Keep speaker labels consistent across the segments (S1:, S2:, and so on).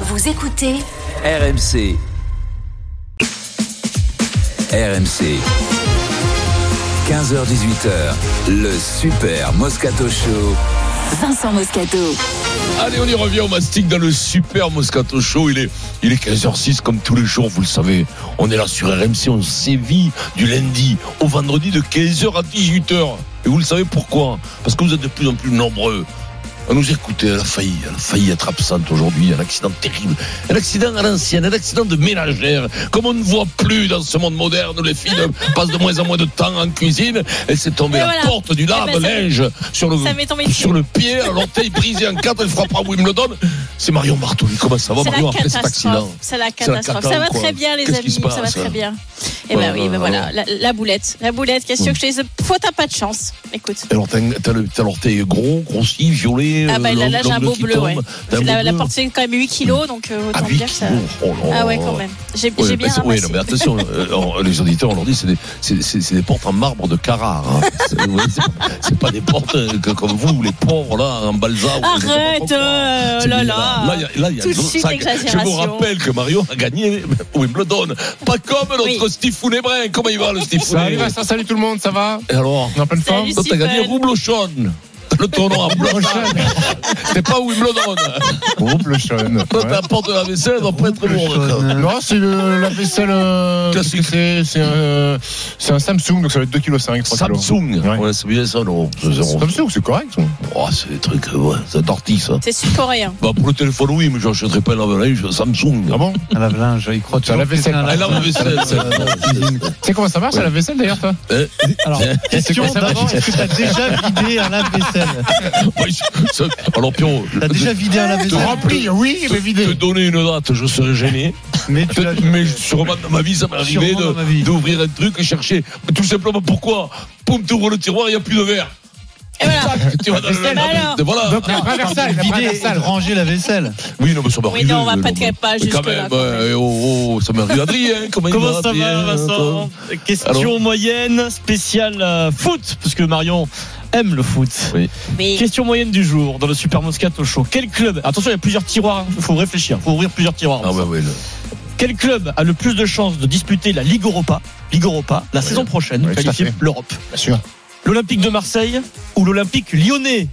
S1: Vous écoutez
S2: RMC. RMC. 15h18h, le Super Moscato Show.
S1: Vincent Moscato.
S3: Allez, on y revient au Mastic dans le super Moscato Show. Il est, il est 15h06 comme tous les jours, vous le savez. On est là sur RMC, on sévit du lundi au vendredi de 15h à 18h. Et vous le savez pourquoi Parce que vous êtes de plus en plus nombreux à nous écouter. Elle a failli, elle a failli être absente aujourd'hui. Un accident terrible. Un accident à l'ancienne, un accident de ménagère. Comme on ne voit plus dans ce monde moderne où les filles passent de moins en moins de temps en cuisine, elle s'est tombée
S4: Et
S3: à la
S4: voilà.
S3: porte du
S4: ben, ça
S3: lave-linge sur le
S4: ça m'est tombé dessus.
S3: sur le pied, à l'orteil brisé en quatre, elle frappera Wimbledon. C'est Marion Bartoli. Comment ça va,
S4: C'est
S3: Marion,
S4: la
S3: après cet
S4: catastrophe.
S3: accident
S4: C'est la
S3: C'est la
S4: catastrophe.
S3: cata,
S4: Ça va
S3: quoi.
S4: très bien, les
S3: Qu'est-ce qui
S4: amis.
S3: se
S4: Ça va
S3: passe,
S4: très
S3: hein
S4: bien. Eh ben
S3: Ouais,
S4: oui, ben
S3: ouais,
S4: voilà, la, la boulette. La boulette, qu'est-ce que
S3: Ouais.
S4: je te dis Faut t'as pas de chance. Écoute.
S3: Alors, t'as t'as le- t'as l'orteil gros, grossi, violet.
S4: Ah bah
S3: euh,
S4: là, là j'ai un
S3: l'ongle
S4: beau
S3: qui
S4: bleu,
S3: tombe,
S4: ouais.
S3: t'as un beau
S4: La, la
S3: bleu.
S4: porte c'est quand même 8 kilos, donc euh,
S3: Ah,
S4: autant
S3: huit
S4: dire que ça.
S3: kilos. Oh là là
S4: Ah ouais
S3: là
S4: quand
S3: là.
S4: même. J'ai
S3: Ouais,
S4: j'ai
S3: mais
S4: bien
S3: c'est- ouais,
S4: ramassé.
S3: non, mais attention, euh, on- les auditeurs, on leur dit, c'est des, c'est- c'est- c'est des portes en marbre de Carrare. hein. C'est ouais, c'est- c'est pas des portes euh, que- comme vous, les pauvres, là, en balsa. ou je sais pas
S4: Arrête
S3: pourquoi.
S4: euh,
S3: C'est
S4: Là
S3: bizarre.
S4: là
S3: Là, il y a- là, il y a
S4: Tout de
S3: deux-
S4: suite,
S3: ça- Je vous
S4: exagération.
S3: rappelle que Mario a gagné Wimbledon. Pas comme notre
S4: Oui.
S3: Steve Founébrin. Comment il va, le Steve
S5: Salut
S3: Founébrin
S5: Vincent, salut tout le monde, ça va
S3: Et alors
S5: On est en pleine forme
S4: Salut.
S3: Toi, t'as gagné
S4: Stephen.
S3: Roublochon. Le tournoi à Blochon. C'était pas Wimbledon.
S5: Groupe le Sean.
S3: Toi, t'apportes de la vaisselle, elle doit pas être lourde.
S5: Non, c'est le- la vaisselle. euh, qu'est-ce que
S3: Classique.
S5: c'est C'est un, c'est un Samsung, donc ça va être 2,5 kg, 3 kg.
S3: Samsung.
S5: Ouais.
S3: Ouais, c'est bien ça, non C'est zéro.
S5: Samsung, c'est correct.
S3: Oh, c'est des trucs, euh, ouais, c'est d'arty, ça.
S4: C'est sud-coréen.
S3: Bah, pour le téléphone, oui, mais j'achèterai pas un lave-linge Samsung.
S5: Ah bon
S6: À la linge, il croit
S5: Ça, la vaisselle.
S6: que c'est un
S3: Ah,
S6: linge.
S3: lave-vaisselle, c'est-
S5: Tu sais comment ça marche à la vaisselle d'ailleurs, toi
S3: Euh,
S6: Alors, question d'abord, est-ce que t'as déjà vidé un lave-vaisselle
S3: ouais, c'est- Alors, Pierrot,
S6: T'as déjà vidé un
S3: te
S6: lave-vaisselle
S3: remplis,
S5: oui, mais
S3: te
S5: vidé.
S3: donner une date, je serais gêné.
S6: Mais tu l'as
S3: Peut-être, mais sûrement dans ma vie, ça m'est arrivé
S6: Sûrement
S3: de-
S6: dans ma vie.
S3: d'ouvrir un truc et chercher. Mais tout simplement, pourquoi Poum, tu ouvres le tiroir, il n'y a plus de verre.
S4: Et voilà.
S3: Tac, tu vas dans le-
S4: Mais alors
S3: voilà.
S5: Donc, la première salle, la
S6: vidé
S5: première
S6: et de
S5: salle.
S6: ranger la vaisselle.
S3: Oui, non, mais ça m'est
S4: Oui
S3: arrivé,
S4: non, on va
S3: non,
S4: pas
S3: mais-
S4: tirer pas
S3: Mais quand
S4: jusque
S3: même,
S4: là. quand même.
S3: euh, oh, oh, ça m'est arrivé. Adrien, comment, il
S7: Comment ça
S3: Adrien,
S7: va Vincent Question
S3: Alors
S7: moyenne spéciale euh, foot, parce que Marion aime le foot.
S3: Oui.
S4: Mais
S7: Question moyenne du jour dans le Super Moscato Show. Quel club Attention, il y a plusieurs tiroirs, il faut réfléchir, il faut ouvrir plusieurs tiroirs.
S3: Ah, ouais, ouais. le-
S7: Quel club a le plus de chances de disputer la Ligue Europa, Ligue Europa la saison prochaine,
S5: Ouais, tout à
S7: qualifier
S5: fait.
S7: l'Europe
S5: Bien sûr.
S7: L'Olympique de Marseille ou l'Olympique lyonnais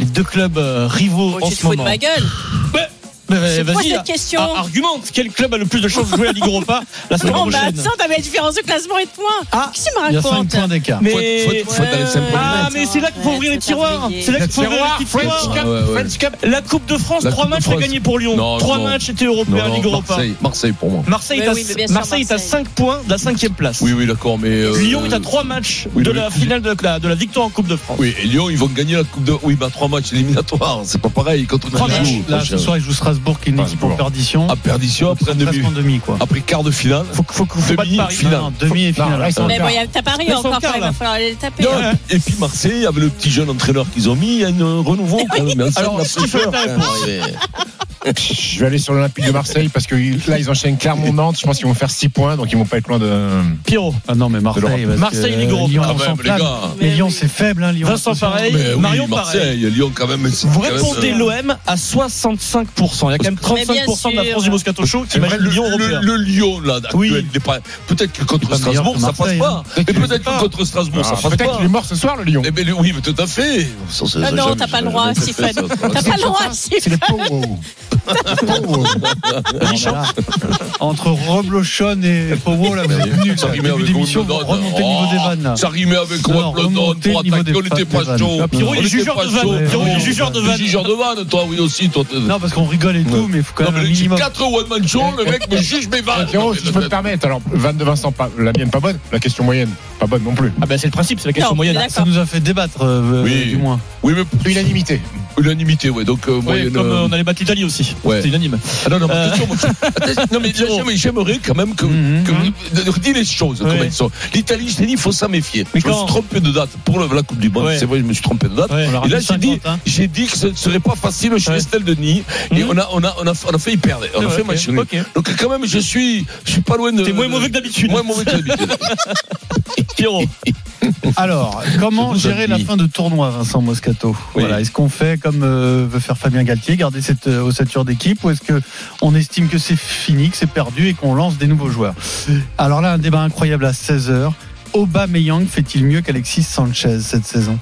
S7: Les deux clubs euh, rivaux
S4: Oh,
S7: en
S4: tu te
S7: ce
S4: fous de
S7: moment.
S4: ma gueule.
S3: Eh,
S7: Mais
S4: C'est quoi
S7: Vas-y,
S4: cette question
S7: ah, argumente. Quel club a le plus de chances de jouer la Ligue Europa la saison
S4: Non, mais
S7: prochaine
S4: Oh, bah, attends, t'avais la différence de classement et de points.
S7: Ah,
S4: Qu'est-ce que tu me
S6: Il y a
S4: racontes
S6: 5 points d'écart.
S3: Faut être- faut être- faut être dans les simples
S7: Ah,
S4: Ouais,
S7: mais c'est là qu'il faut
S4: ouais,
S7: ouvrir les
S4: c'est
S7: tiroirs.
S4: ouvrier.
S7: C'est là qu'il faut ouvrir
S5: Tiroir,
S7: les petits
S5: French
S7: tiroirs.
S5: Cup,
S3: Ah, ouais, ouais.
S5: French Cup.
S7: La Coupe de France,
S3: La
S7: trois
S3: Coupe de
S7: matchs à
S3: France.
S7: gagner pour Lyon.
S3: Non,
S7: Trois
S3: non.
S7: matchs étaient européens,
S3: Non,
S7: Ligue
S3: non,
S7: Europa.
S3: Marseille, Marseille pour moi.
S7: Marseille
S4: Mais
S7: est à-
S4: oui, mais bien sûr,
S7: Marseille est à
S4: Marseille.
S7: 5 points de la 5 place.
S3: Oui, oui, d'accord, mais. euh,
S7: Lyon est à 3 matchs
S3: oui,
S7: de
S3: mais-
S7: la finale de la, de la victoire en Coupe de France.
S3: Oui, et Lyon, ils vont gagner la Coupe de. Oui, bah, trois matchs éliminatoires. C'est pas pareil. Contre
S7: Trois
S3: qui
S7: matchs.
S3: joue
S6: Là, ce soir, il joue Strasbourg qui est une équipe
S5: Strasbourg.
S6: en perdition.
S3: À perdition,
S6: Donc,
S3: après,
S6: ils sont
S3: demi,
S6: presque en demi, quoi.
S3: après quart de finale.
S7: Faut, faut, faut, faut battre
S3: Demi,
S7: Paris.
S3: finale.
S6: Non, non, demi et
S5: Non, là,
S6: finale.
S5: ils sont
S4: Mais bon, il y a- t'as
S7: Ils
S4: Paris
S7: sont
S4: encore,
S7: quarts,
S4: quand même, il
S7: là.
S4: va falloir aller le taper.
S3: Non,
S4: hein.
S3: Et puis Marseille, avec le petit jeune entraîneur qu'ils ont mis, il y a un renouveau quand même. hein, Mais ensemble,
S7: Alors,
S3: la
S7: ce qu'il faut
S3: fraîcheur,
S7: faire,
S3: quand même, ouais.
S5: Je vais aller sur l'Olympique de Marseille parce que là, ils enchaînent Clermont-Nantes. Je pense qu'ils vont faire 6 points, donc ils vont pas être loin de.
S7: Pierrot.
S6: Ah non, mais Marseille. parce que
S7: Marseille, Ligue Europa.
S6: Lyon,
S3: Ah,
S6: on
S3: ouais, mais les
S6: s'enflamme.
S3: gars.
S6: Mais Lyon, c'est faible, hein, Lyon.
S7: Vincent,
S6: Attention.
S7: pareil.
S3: Mais oui,
S7: Marion,
S3: Marseille, Lyon quand même. c'est-
S7: Vous
S3: quand même,
S7: répondez
S3: euh,
S7: l'OM à 65%. Il y a quand même
S4: Mais bien
S7: 35% de la
S4: sûr.
S7: France du Moscato Show qui
S3: C'est
S7: imagine
S3: vrai, le,
S7: Lyon
S3: le-
S7: européen.
S3: le Lyon, là,
S7: Oui.
S3: actuel, il est pas- peut-être que contre
S6: Il est pas meilleur
S3: Strasbourg,
S6: que
S3: ça passe
S6: Marseille,
S3: pas. Mais peut-être que
S7: pas.
S3: contre Strasbourg, ça
S5: Ah,
S3: passe
S5: Peut-être
S3: pas.
S5: qu'il est mort ce soir, le Lyon.
S3: Eh ben, oui, mais tout à fait. Ça, ça,
S4: Ah
S3: ça,
S4: non,
S3: jamais,
S4: t'as pas le
S3: jamais
S4: droit,
S3: fait
S4: Stéphane.
S3: ça.
S4: T'as pas le droit, si.
S5: C'est le pauvre. Le pauvre.
S6: Non, mais là, Entre Roblochon et Powo, là, vous êtes nuls.
S3: Ça rimait
S6: Début
S3: avec
S6: d'émission, vous
S3: Wimbledon.
S6: remontez le niveau des vannes, là.
S3: Oh, Ça rimait avec
S6: Non,
S3: Wimbledon
S6: remontez
S3: pour
S6: le niveau
S3: attaquer.
S6: des
S3: On n'était pas
S6: vannes.
S3: chaud.
S6: Ah, Pierrot,
S3: On
S7: il est
S3: était
S7: jugeur
S3: pas
S7: de vannes.
S3: chaud.
S7: Pierrot, il est jugeur de vannes.
S3: Jugeur de vannes, toi, oui aussi. Toi, t'es-
S6: Non, parce qu'on rigole et tout, mais il faut quand
S3: Non,
S6: même
S3: mais
S6: un
S3: j'ai
S6: minimum.
S3: 4 one man show, le mec me juge mes
S6: Ah,
S3: vannes.
S5: Pierrot, si je peux me permettre, alors, vanne de Vincent, pas- la mienne pas bonne, la question moyenne, pas bonne non plus.
S7: Ah ben c'est le principe, c'est la question
S4: Non,
S7: moyenne.
S4: mais
S6: Ça nous a fait débattre, euh,
S3: Oui.
S6: du moins.
S3: Oui, mais
S5: Unanimité.
S3: unanimité, ouais. Donc, euh,
S7: Ouais,
S3: moyenne.
S7: comme
S3: euh,
S7: euh, on allait battre l'Italie aussi.
S3: Ouais.
S7: C'était unanime.
S3: Ah non, non, mais
S7: Euh.
S3: attention, moi, je- attention, non, mais
S7: Pierrot.
S3: j'aimerais- j'aimerais quand même que.
S6: Mhm.
S3: que de- de- dis les choses comme
S7: Ouais.
S3: elles sont. L'Italie, je t'ai dit, il faut s'en méfier.
S7: Mais
S3: je me
S7: quand
S3: suis trompé de date pour la la Coupe du Monde.
S7: Ouais.
S3: C'est vrai, je me suis trompé de date.
S7: Ouais.
S3: Et là, j'ai dit,
S6: 50, hein.
S3: j'ai dit que ce ne serait pas facile chez
S7: Ouais.
S3: Estelle Denis. Et
S7: Mhm.
S3: on a, on a, on a, on a failli perdre. On a fait
S7: Ok,
S3: match nul.
S7: ok.
S3: Donc, quand même, je suis, je suis pas loin de.
S7: T'es moins
S3: de-
S7: mauvais que d'habitude.
S3: Moins mauvais que d'habitude.
S7: Pierrot.
S6: Alors, comment
S3: C'est tout
S6: gérer la
S3: samedi.
S6: fin de tournoi, Vincent Moscato
S3: Oui.
S6: Voilà, est-ce qu'on fait comme euh, veut faire Fabien Galtier, garder cette euh, ossature d'équipe, ou est-ce que on estime que c'est fini, que c'est perdu et qu'on lance des nouveaux joueurs Alors là, un débat incroyable à 16 h Aubameyang fait-il mieux qu'Alexis Sanchez cette saison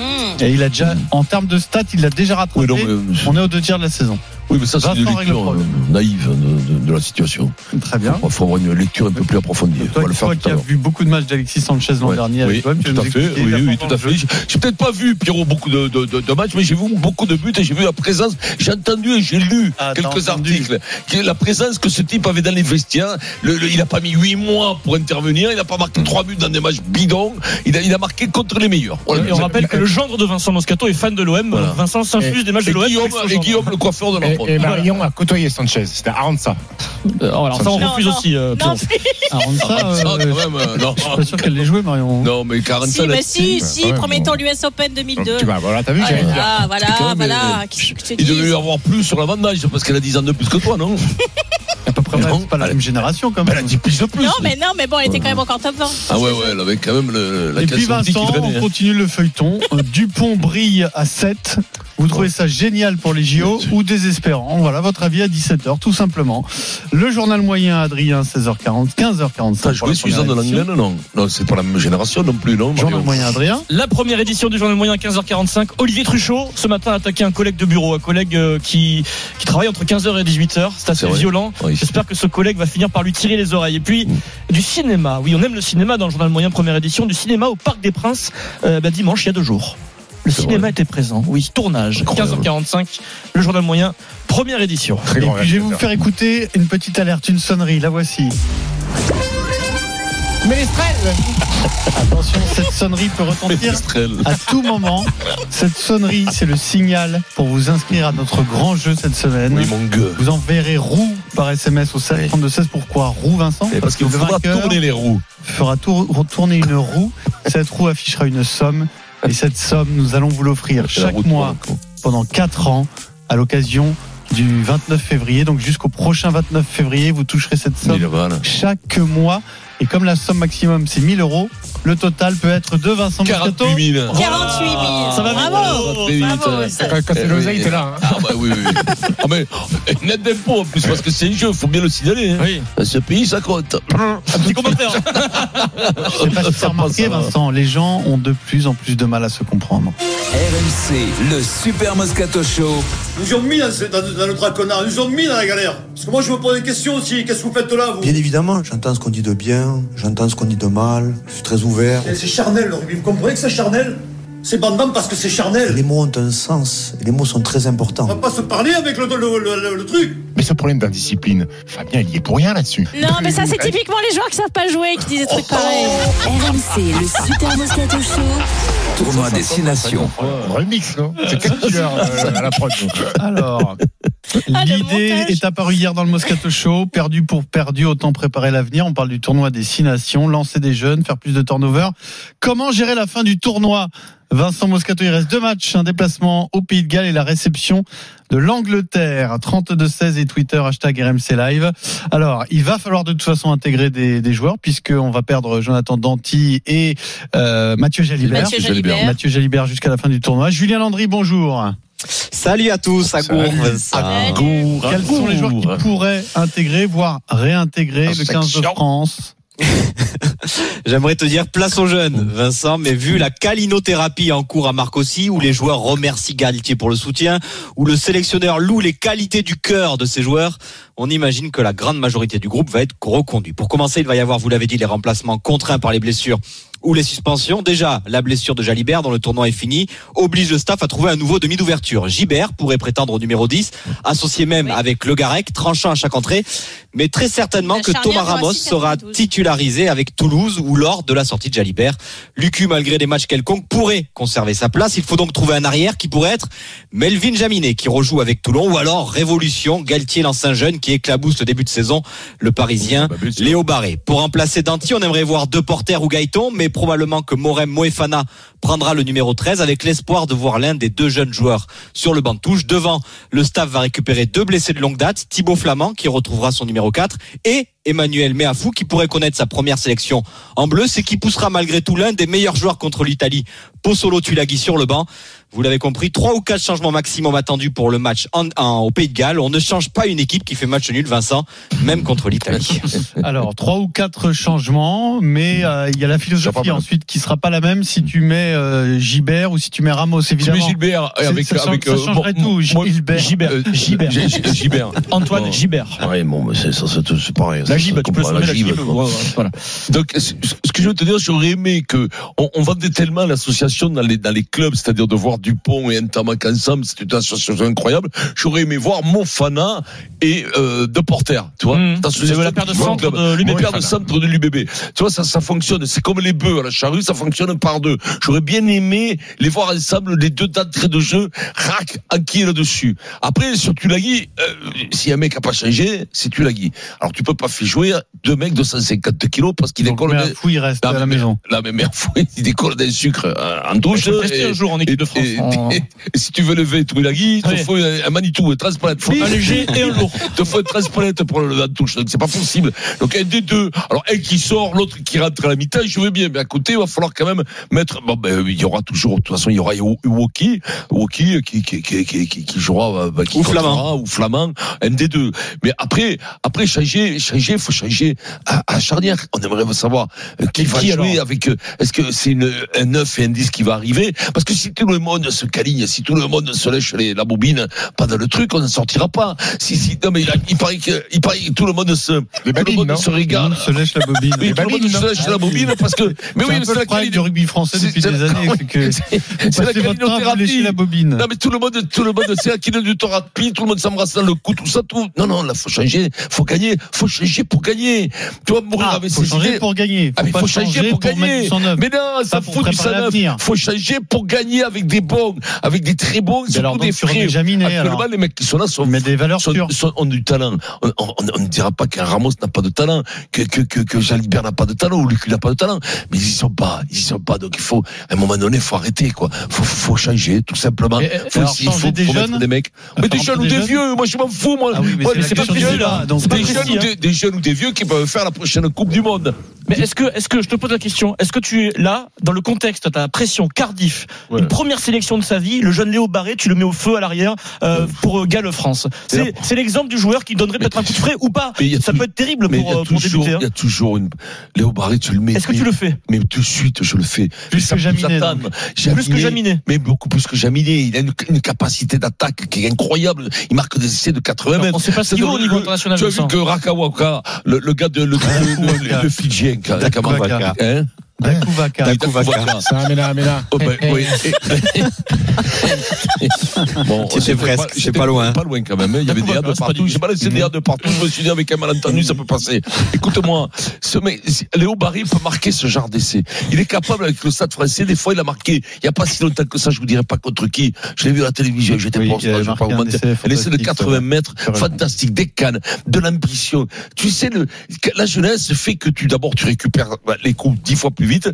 S4: Mmh.
S6: Et il a déjà, en termes de stats, il l'a déjà
S3: Mm. Oui,
S6: rattrapé.
S3: non, mais, euh,
S6: On est aux deux tiers de la saison.
S3: oui, mais ça, c'est une
S6: Vincent règle le
S3: lecture euh, naïve de, de- de la situation.
S6: Très bien.
S3: Il faut avoir une lecture un peu plus approfondie. On
S6: Toi,
S3: va le faire
S6: toi
S3: tout
S6: qui
S3: à
S6: as
S3: l'heure.
S6: vu beaucoup de matchs d'Alexis Sanchez l'an
S3: Ouais. oui,
S6: dernier avec toi, tu vas
S3: tout à
S6: nous
S3: fait,
S6: expliquer
S3: oui, oui,
S6: l'importance
S3: tout à
S6: du
S3: fait. J'ai j'ai peut-être pas vu, Pierrot, beaucoup de, de, de- de matchs, mais j'ai vu beaucoup de buts et j'ai vu la présence. J'ai entendu et j'ai lu
S6: Ah, t'as
S3: quelques
S6: entendu.
S3: articles. qui- La présence que ce type avait dans les vestiaires. Le- le- il a pas mis huit mois pour intervenir. Il a pas marqué trois buts dans des matchs bidons. Il a, il a marqué contre les meilleurs. Voilà.
S7: Et on rappelle que le gendre de Vincent Moscato est fan de l'OM.
S3: Voilà.
S7: Vincent s'infuse des matchs de
S3: Et
S7: l'OM.
S3: Guillaume, et Guillaume, le coiffeur de
S5: Et,
S3: l'emploi.
S5: et Marion a côtoyé Sanchez. C'était à Arantxa.
S7: Alors Euh, ça, on
S4: Non,
S7: refuse
S4: non.
S7: aussi. euh,
S4: Non,
S7: Pierrot.
S4: si,
S6: Ah, on le sait,
S3: Ah,
S6: euh,
S3: quand même, euh, non.
S6: Je suis pas sûr qu'elle l'ait joué, Marion.
S3: Non, mais 40
S4: si, bah, si, si,
S5: Ouais,
S4: premier
S5: bon.
S4: temps l'US Open
S5: Donc,
S4: 2002.
S5: tu hein. vois, voilà, t'as vu,
S4: Ah,
S5: j'avais dit.
S4: voilà, voilà,
S3: Putain, mais-
S4: voilà. Qu'est-ce que je te
S3: Il devait
S4: dis
S3: y avoir plus sur l'avantage parce qu'elle a 10 ans de plus que toi, non
S6: À peu près,
S3: Mais
S6: ouais,
S3: non.
S6: c'est pas la
S3: Elle-
S6: même génération quand
S3: Elle a
S6: même.
S3: 10 plus de plus.
S4: Non, mais non, mais bon, elle était quand même encore top 20.
S3: Ah ouais, ouais, elle avait quand même le, la
S6: Et puis
S3: classe antique
S6: Vincent,
S3: qui traînait,
S6: on
S3: hein.
S6: continue le feuilleton. Euh, Dupont brille à 7. Vous trouvez ça génial pour les JO ou désespérant Voilà votre avis à 17h, tout simplement. Le journal moyen, Adrien, 16h40, 15h45.
S3: T'as
S6: pour la
S3: joué Suzanne de
S6: première édition.
S3: l'Anglaine, non Non, c'est pas la même génération non plus, non Marion
S6: Journal moyen, Adrien.
S7: La première édition du journal moyen 15h45. Olivier Truchot, ce matin, a attaqué un collègue de bureau, un collègue euh, qui, qui travaille entre 15h et 18h. C'est
S3: C'est
S7: assez
S3: vrai.
S7: violent.
S3: Oui. Mm.
S7: J'espère que ce collègue va finir par lui tirer les oreilles. Et puis, du cinéma. Oui, on aime le cinéma dans le journal moyen première édition. Du cinéma au Parc des Princes, euh, bah, dimanche, il y a deux jours. Le
S3: C'est
S7: cinéma était présent. Oui, tournage.
S3: Incroyable.
S7: 15h45, le journal moyen première édition.
S5: Très
S6: Et
S5: grand
S6: puis je vais vous
S5: réalisateur.
S6: faire écouter une petite alerte, une sonnerie, la voici. Attention, cette sonnerie peut retentir
S3: Estrelle.
S6: à tout moment. Cette sonnerie, c'est le signal pour vous inscrire à notre grand jeu cette semaine.
S3: Oui, mon gueux.
S6: Vous enverrez roue par SMS au 7
S3: Oui.
S6: 32 16 pourquoi roue Vincent
S3: Et Eh, parce qu'il
S6: que le
S3: faudra
S6: vainqueur
S3: tourner les roues.
S6: fera tour- tourner une roue. Cette roue affichera une somme et cette somme nous allons vous l'offrir
S3: C'est la
S6: chaque
S3: route
S6: mois
S3: pour le con.
S6: pendant 4 ans à l'occasion du 29 février. Donc jusqu'au prochain 29 février, vous toucherez cette
S3: Il
S6: somme
S3: est là-bas, là.
S6: chaque mois. Et comme la somme maximum c'est 1000 euros, le total peut être de Vincent Moscato.
S3: 48 000.
S4: 48 000.
S7: Ça va vite,
S4: bravo.
S3: très vite,
S4: Bravo.
S3: hein.
S4: ça-
S5: Quand, quand c'est
S3: Eh
S5: l'oseille,
S3: oui.
S5: t'es là. hein.
S3: Ah bah oui, oui, oui. Ah mais net d'impôt en plus parce que c'est un jeu, faut bien le signaler. Hein.
S7: Oui.
S3: Dans ce pays, ça compte.
S7: Un petit commentaire.
S6: Je sais pas si t'as remarqué
S3: Ça va.
S6: Vincent, les gens ont de plus en plus de mal à se comprendre.
S2: RMC, le Super Moscato Show.
S8: Nous ont mis dans, ce- dans- dans le traconnard, nous ont mis dans la galère. Parce que moi, je me pose des questions aussi. Qu'est-ce que vous faites là, vous
S9: Bien évidemment, j'entends ce qu'on dit de bien, j'entends ce qu'on dit de mal, je suis très ouvert.
S8: C'est charnel, le rugby. Vous comprenez que c'est charnel C'est bandant parce que c'est
S9: Les
S8: charnel.
S9: mots ont un sens, et les mots sont très
S8: On va
S9: importants.
S8: pas se parler avec le, le- le- le- le truc.
S5: Mais ce problème d'indiscipline, Fabien, il y est pour rien là-dessus.
S4: Non, mais ça, c'est typiquement les joueurs qui savent pas jouer qui disent des trucs pareils.
S1: RMC, le Super Moscato Show.
S2: Tournoi Destination.
S5: Remix, non C'est quel tueur euh, à la prod
S6: Alors,
S4: Ah, le
S6: l'idée
S4: montage.
S6: est apparue hier dans le Moscato Show. Perdu pour perdu, autant préparer l'avenir. On parle du tournoi des six nations, lancer des jeunes, faire plus de turnover. Comment gérer la fin du tournoi Vincent Moscato, il reste deux matchs, un déplacement au Pays de Galles et la réception de l'Angleterre. 32-16 et Twitter, hashtag RMC Live. Alors, il va falloir de toute façon intégrer des, des joueurs puisqu'on va perdre Jonathan Danty et euh, Mathieu Jalibert.
S4: Mathieu Jalibert.
S6: Mathieu Jalibert jusqu'à la fin du tournois. Julien Landry, bonjour.
S10: Salut à tous, à
S5: Salut.
S10: Gourve.
S4: Salut.
S6: Quels sont les joueurs qui pourraient intégrer, voire réintégrer
S5: Ah,
S6: le 15 de
S5: section.
S6: France
S10: J'aimerais te dire place aux jeunes, Vincent, mais vu la calinothérapie en cours à Marcoussis, où les joueurs remercient Galtier pour le soutien, où le sélectionneur loue les qualités du cœur de ces joueurs, on imagine que la grande majorité du groupe va être reconduit. Pour commencer, il va y avoir, vous l'avez dit, les remplacements contraints par les blessures ou les suspensions. Déjà, la blessure de Jalibert, dont le tournoi est fini, oblige le staff à trouver un nouveau demi d'ouverture. Gibert pourrait prétendre au numéro 10, associé même
S4: Oui.
S10: avec Le Garec, tranchant à chaque entrée, mais très certainement
S4: La
S10: que
S4: charnière
S10: Thomas
S4: doit
S10: Ramos
S4: aussi
S10: sera
S4: faire une douze.
S10: titularisé avec Toulouse ou lors de la sortie de Jalibert. Lucu, malgré des matchs quelconques, pourrait conserver sa place. Il faut donc trouver un arrière qui pourrait être Melvin Jaminet, qui rejoue avec Toulon, ou alors Révolution, Galtier, l'ancien jeune, qui éclabousse le début de saison, le Parisien
S3: Bah, bien sûr.
S10: Léo Barré. Pour remplacer Danti, on aimerait voir deux porteurs ou Gaëton, mais probablement que Morem Moefana prendra le numéro 13 avec l'espoir de voir l'un des deux jeunes joueurs sur le banc de touche. Devant, le staff va récupérer deux blessés de longue date, Thibaut Flamand qui retrouvera son numéro 4 et Emmanuel Meafou, qui pourrait connaître sa première sélection en bleu, c'est qui poussera malgré tout l'un des meilleurs joueurs contre l'Italie, Pozzolo Tulagi sur le banc. Vous l'avez compris, trois ou quatre changements maximum attendus pour le match en, en- au Pays de Galles. On ne change pas une équipe qui fait match nul, Vincent, même contre l'Italie.
S6: Alors, trois ou quatre changements, mais euh, il y a la
S5: Ça va
S6: philosophie
S5: pas mal.
S6: ensuite qui sera pas la même si tu mets euh, Gilbert ou si tu mets Ramos,
S3: Mais
S6: évidemment.
S3: Gilbert, Ah eh,
S6: C'est-
S3: avec.
S6: ça change-
S3: avec euh,
S6: ça changerait
S3: bon,
S6: tout,
S3: moi-
S6: Gilbert.
S7: Gilbert.
S3: euh,
S7: Gilbert.
S3: G- G- Gilbert.
S7: Antoine
S3: Bon.
S7: Gilbert.
S3: Ouais, bon, mais c'est ça, c'est tout- c'est pareil.
S7: La
S3: ça,
S7: gibe,
S3: ça
S7: tu peux
S3: comprend,
S7: le la gibe.
S3: quoi.
S7: ouais, ouais, voilà.
S3: Donc, ce ce que je veux te dire, j'aurais aimé que on, on vendait tellement l'association dans les dans les clubs, c'est-à-dire de voir Dupont et Ntamak ensemble, c'était une association incroyable. J'aurais aimé voir Mofana et euh, de Porter, tu vois.
S7: Mhm.
S3: cette association
S7: C'est la paire de
S3: qui joue en
S7: centre
S3: club.
S7: de l'UBB,
S3: Ouais, paire de
S7: Fana.
S3: centre de l'UBB. Tu vois, ça ça fonctionne. C'est comme les bœufs à la charrue, ça fonctionne par deux. J'aurais bien aimé les voir ensemble, les deux d'entrée de jeu, rac, acquis là-dessus. Après, sur Tulagi, euh, si un mec a pas changé, c'est Tulagi. Alors tu peux pas faire jouer deux mecs de 150 kilos parce qu'il
S6: Donc,
S3: décolle.
S6: mais un
S3: D'un...
S6: fou, il reste
S3: Non,
S6: à la
S3: mais-
S6: maison.
S3: Là, mais merde, il décolle d'un sucre euh, en
S7: Il
S3: douche.
S7: faut tester
S3: Et,
S7: un jour en équipe de France.
S3: et-
S7: en-
S3: et- et si tu veux lever Tulagi, il
S7: Oui.
S3: te faut un un Manitou, un transplant.
S7: Un léger et un lourd.
S3: Il te faut 13 palettes pour le lever en touche. Donc, c'est pas possible. Donc, un des deux. Alors, un qui sort, l'autre qui rentre à la mi-temps, je veux bien. Mais à côté, il va falloir quand même mettre, bon, ben, il y aura toujours, de toute façon, il y aura Woki, Woki, qui, qui, qui, qui, qui, qui jouera, bah, qui
S10: Ou
S3: comptera,
S10: Flamand.
S3: ou Flamand, un des deux. Mais après, après, changer, changer, faut changer à, à charnière. On aimerait savoir euh, qui va
S7: Qui,
S3: jouer
S7: alors
S3: avec, euh, est-ce que c'est une, un 9 et un 10 qui va arriver? Parce que si tout le monde se caligne, si tout le monde se lèche les, la bobine, pas dans le truc, on ne sortira pas. Si, si, non, mais il, il paraît que, il paraît que tout le monde se,
S5: Les
S3: tout le
S5: babines,
S3: monde
S5: non
S3: se
S6: Il
S3: regarde.
S6: se lèche la bobine.
S3: Oui, tout le monde se lèche la bobine parce que, mais oui,
S6: C'est un
S3: mais
S6: peu
S3: c'est
S6: le
S3: la
S6: problème
S3: qualité
S6: du rugby français depuis des années, c'est que vous
S3: c'est la
S6: passez votre temps à vous
S3: calinothérapie.
S6: lécher la bobine.
S3: Non mais tout le monde, tout le monde, c'est un kilo du thérapie, tout le monde s'embrasse dans le cou, tout ça, tout. Non non, là faut changer, faut gagner, faut changer pour gagner. Tu vas mourir
S6: Ah,
S3: avec
S6: faut
S3: ces idées.
S6: changer pour gagner.
S3: Ah, mais
S6: pas
S3: faut changer pour
S6: mettre du
S3: gagner.
S6: 109.
S3: Mais non, ça
S6: Pas pour
S3: fout du
S6: préparer
S3: sang neuf.
S6: l'avenir.
S3: Faut changer pour gagner avec des bons, avec des très bons,
S6: Mais alors,
S3: surtout des
S6: donc, sur
S3: frais.
S6: Benjamin,
S3: Actuellement,
S6: alors,
S3: les mecs qui sont là sont
S6: mais des valeurs
S3: sont-
S6: sûres.
S3: sont- ont du talent. On on- on ne dira pas qu'un Ramos n'a pas de talent, que, que, que, que Jalibert n'a pas de talent, ou Lucu n'a pas de talent. Mais ils y sont pas, ils y sont pas. Donc il faut, à un moment donné, faut arrêter, quoi. Faut, faut, faut changer, tout simplement.
S6: Et-
S3: faut,
S6: alors,
S3: il faut,
S6: changer des
S3: faut
S6: jeunes
S3: mettre des mecs. Mais des
S6: Faire
S3: jeunes ou
S6: rentrer
S3: des,
S6: des
S3: vieux, moi je m'en fous, moi.
S6: Ah oui, mais
S3: Moi,
S6: c'est la
S3: pas
S6: question
S3: précis,
S6: du débat,
S3: là.
S6: donc c'est
S3: Des
S6: pas
S3: jeunes
S7: précis,
S3: ou
S7: hein.
S3: des- des jeunes ou des vieux qui peuvent faire la prochaine Coupe du Monde.
S7: Mais est-ce que, est-ce que je te pose la question Est-ce que tu es là, dans le contexte, t'as la pression Cardiff,
S3: Ouais.
S7: une première sélection de sa vie, le jeune Léo Barré, tu le mets au feu à l'arrière euh, pour euh, Galles-France. C'est, c'est l'exemple du joueur qui donnerait peut-être un coup de frais ou pas.
S3: Mais il y a
S7: Ça
S3: tout-
S7: peut être terrible
S3: Mais il y
S7: pour,
S3: a
S7: euh, pour
S3: toujours,
S7: débuter. hein.
S3: il y a toujours une. Léo Barré, tu le mets.
S7: Est-ce que
S3: mais-
S7: tu le fais
S3: Mais tout de suite, je le fais.
S6: Plus
S3: Mais ça
S6: que
S3: pousse
S6: Jaminet,
S3: à table.
S7: Plus que Jaminet.
S3: Mais beaucoup plus que Jaminet. Il a une, une capacité d'attaque qui est incroyable. Il marque des essais de 80
S7: On
S3: mètres.
S7: ne sait pas ce
S3: Ça
S7: qu'il vaut au
S3: devrait-
S7: niveau
S3: le-
S7: international.
S3: Tu as
S7: Vincent.
S3: vu que Rakawaka, le, le gars de le, le, le, le Fidjien, Rakawaka,
S6: Dakouaka.
S3: hein
S6: Dakouvaka.
S3: Dakouaka.
S5: Ça, mais là, mais là.
S3: Oh ben, oui. bon,
S10: C'était
S3: c'était
S10: presque, c'est
S3: c'était
S10: pas loin.
S3: Pas loin quand même. hein. Il y avait des
S7: D'accord,
S3: hades
S7: c'est pas
S3: partout.
S7: du-
S3: J'ai balancé des hades partout. Je me suis dit ah, avec un malentendu, ça peut passer. Écoute-moi, ce mec, Léo Barry peut marquer ce genre d'essai. Il est capable avec le Stade Français. Des fois, il a marqué. Il n'y a pas si longtemps que ça. Je vous dirai pas contre qui. Je l'ai vu à la télévision. J'étais
S6: Oui,
S3: proche.
S6: il avait
S3: Je vais pas
S6: marqué
S3: vous
S6: un
S3: mentir.
S6: essai
S3: Un essai de
S6: fantastique,
S3: 80 mètres,
S6: Correct.
S3: fantastique, des cannes, de l'ambition. Tu sais, le, la jeunesse fait que tu d'abord tu récupères bah, les coups dix fois plus vite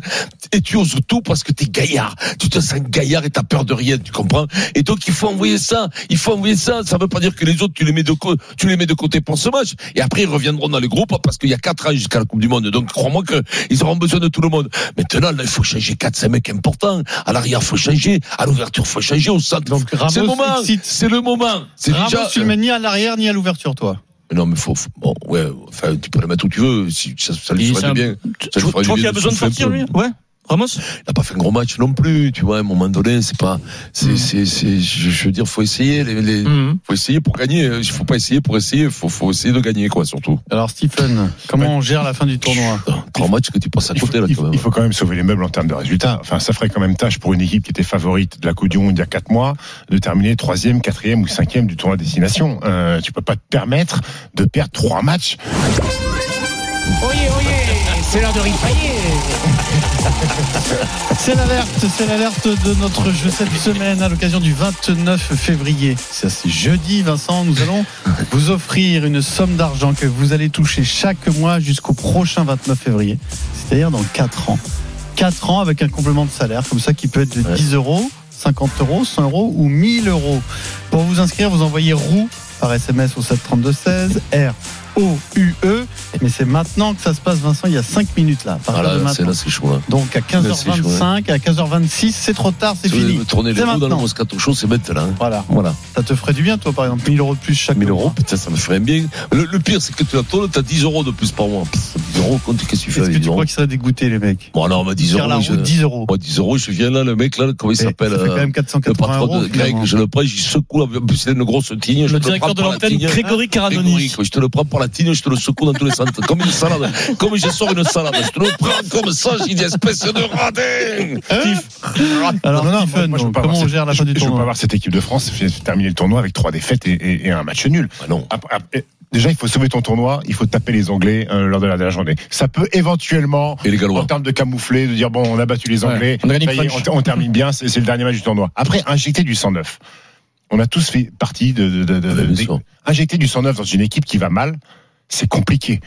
S3: et tu oses tout parce que t'es gaillard. Tu te sens gaillard et t'as peur de rien, tu comprends Et donc il faut envoyer ça, il faut envoyer ça. Ça veut pas dire que les autres tu les mets de côté, tu les mets de côté pour ce match. Et après ils reviendront dans les groupes parce qu'il y a quatre ans jusqu'à la Coupe du Monde. Donc crois-moi que ils auront besoin de tout le monde. Maintenant là il faut changer quatre cinq mecs importants. À l'arrière faut changer, à l'ouverture faut changer, au centre.
S6: Donc, Ramos
S3: c'est le moment,
S6: excite.
S3: c'est le moment. C'est
S6: Ramos,
S3: déjà.
S6: tu le mets ni à l'arrière ni à l'ouverture, toi.
S3: Non mais faut, faut- bon ouais, enfin tu peux le mettre où tu veux. Si ça, ça lui
S7: Il- c'est
S3: ferait
S7: un-
S3: du bien.
S7: Tu,
S3: Ça
S7: tu
S3: lui ferait
S7: crois
S3: du
S7: qu'il
S3: bien
S7: a
S3: de
S7: besoin de
S3: souffler un
S7: sortir,
S3: peu.
S7: lui Ouais Ramos
S3: il n'a pas fait un gros match non plus, tu vois, à un moment donné, c'est pas, c'est, c'est, c'est, je, je veux dire, faut essayer, les, les-
S7: Hmm.
S6: Hmm.
S3: faut essayer pour gagner, euh, il faut pas essayer pour essayer, faut, faut essayer de gagner, quoi, surtout.
S6: Alors, Stephen, comment on gère la fin du tournoi
S3: Putain, Trois matchs que tu passes à
S5: Il faut,
S3: côté, là,
S5: il
S3: quand
S5: faut-
S3: même.
S5: il faut quand même sauver les meubles en termes de résultats. Enfin, ça ferait quand même tâche pour une équipe qui était favorite de la Coupe du Monde il y a 4 mois de terminer troisième, quatrième ou cinquième du tournoi destination. Euh, tu peux pas te permettre de perdre trois matchs.
S6: C'est l'alerte, c'est l'alerte de notre jeu cette semaine à l'occasion du 29 février. Ça, c'est jeudi, Vincent. Nous allons vous offrir une somme d'argent que vous allez toucher chaque mois jusqu'au prochain 29 février, c'est-à-dire dans 4 ans. 4 ans avec un complément de salaire, comme ça, qui peut être de 10 euros, 50 euros, 100 euros ou 1000 euros. Pour vous inscrire, vous envoyez roue par SMS au 732-16, R-O-U-E, E. Mais c'est maintenant que ça se passe, Vincent, il y a 5 minutes là. à partir
S3: Ah
S6: de
S3: là, c'est
S6: maintenant.
S3: là, c'est chaud. Là.
S6: Donc à
S3: c'est chaud,
S6: 15h25, à 15h26, c'est trop tard, c'est
S3: Si vous
S6: fini.
S3: voulez Tourner les
S6: C'est
S3: roues dans le
S6: maintenant.
S3: Moscato Show, c'est bête là. hein.
S6: Voilà.
S3: Voilà.
S6: Ça te ferait du bien, toi, par exemple, 1000 euros de plus chaque
S3: 1000
S6: mois.
S3: euros, putain, ça me ferait bien. Le, le pire, c'est que tu la tournes, t'as 10 euros de plus par mois. Pff, 10 euros, compte, qu'est-ce que tu fais
S6: Est-ce
S3: avec
S6: que
S3: 10
S6: tu
S3: euros
S6: crois qu'ils seraient dégoûtés, les mecs
S3: Bon, alors, on m'a 10
S6: Faire la
S3: euros. Je...
S6: route, 10 euros.
S3: Moi, 10 Oh, bah, euros, je viens là, hein, le mec, là, comment il
S6: Et
S3: s'appelle
S6: Ça fait quand
S3: euh,
S6: même
S3: Le
S6: 480
S3: patron
S6: euros.
S3: de Greg,
S6: finalement.
S3: je le prends, j'y secoue. En plus, c'est une grosse tigne. Je
S7: Le
S3: te prends
S7: directeur de
S3: par la
S7: l'antenne,
S3: tigne.
S7: Grégory
S3: Grégory,
S7: Caranoni.
S3: quoi. Je te le prends par la tigne, je te le secoue dans tous les sens. Comme une salade. Comme je sors une salade. Je te le prends comme ça, j'ai une espèce de radin.
S6: Alors,
S5: Non, non,
S6: Stephen,
S5: moi, moi, je veux
S6: donc,
S5: pas
S6: comment
S5: voir
S6: on
S5: cette-
S6: gère la
S5: je-
S6: fin du
S5: Je veux pas
S6: tournoi
S5: voir cette équipe de France terminer le tournoi avec trois défaites et, et- et un match nul.
S3: non.
S5: Ap- ap- eh, Déjà, il faut sauver ton tournoi, il faut taper les Anglais euh, lors de la dernière journée. Ça peut éventuellement,
S3: Et les
S5: en
S3: Gallois.
S5: termes de camoufler, de dire bon, on a battu les Anglais,
S7: on a gagné
S5: ça y est,
S7: le crunch.
S5: on, on termine bien, c'est c'est le dernier match du tournoi. Après, injecter du 109. On a tous fait partie de, de- de- de-
S3: Ouais, bien
S5: des-
S3: sûr.
S5: injecter du 109 dans une équipe qui va mal, c'est compliqué.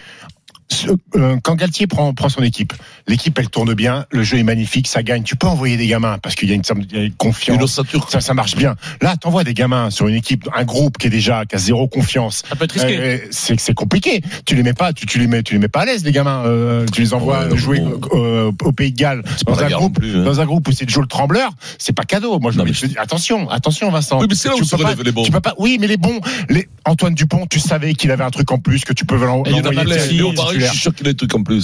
S5: Ce- euh, quand Galtier prend, prend son équipe, l'équipe elle tourne bien, le jeu est magnifique, ça gagne. Tu peux envoyer des gamins parce qu'il y a une, sorte de confiance
S3: Une ossature.
S5: ça, ça marche bien. Là, t'envoies des gamins sur une équipe, un groupe qui est déjà qui a zéro confiance.
S7: Ça peut être risqué.
S5: Euh, c'est c'est compliqué. Tu les mets pas, tu, tu les mets, tu les mets pas à l'aise les gamins. Euh, tu les envoies
S3: Ouais,
S5: jouer
S3: bon.
S5: euh, au Pays de Galles
S3: pas
S5: dans
S3: la
S5: un
S3: guerre
S5: groupe,
S3: non plus, hein.
S5: dans un groupe où c'est Joe le Trembleur. C'est pas cadeau. Moi, je
S3: Non,
S5: me
S3: mais
S5: dis, attention, attention, Vincent.
S3: Oui, mais c'est là où
S5: tu
S3: se
S5: peux pas-
S3: relèvent les bons.
S5: Tu peux pas. Oui, mais les bons. Les Antoine Dupont, tu savais qu'il avait un truc en plus que tu peux l'en-
S3: Et il y en a
S5: l'envoyer.
S3: plein.
S5: titulaire.
S3: Léo Barré, je suis sûr qu'il a des trucs en plus.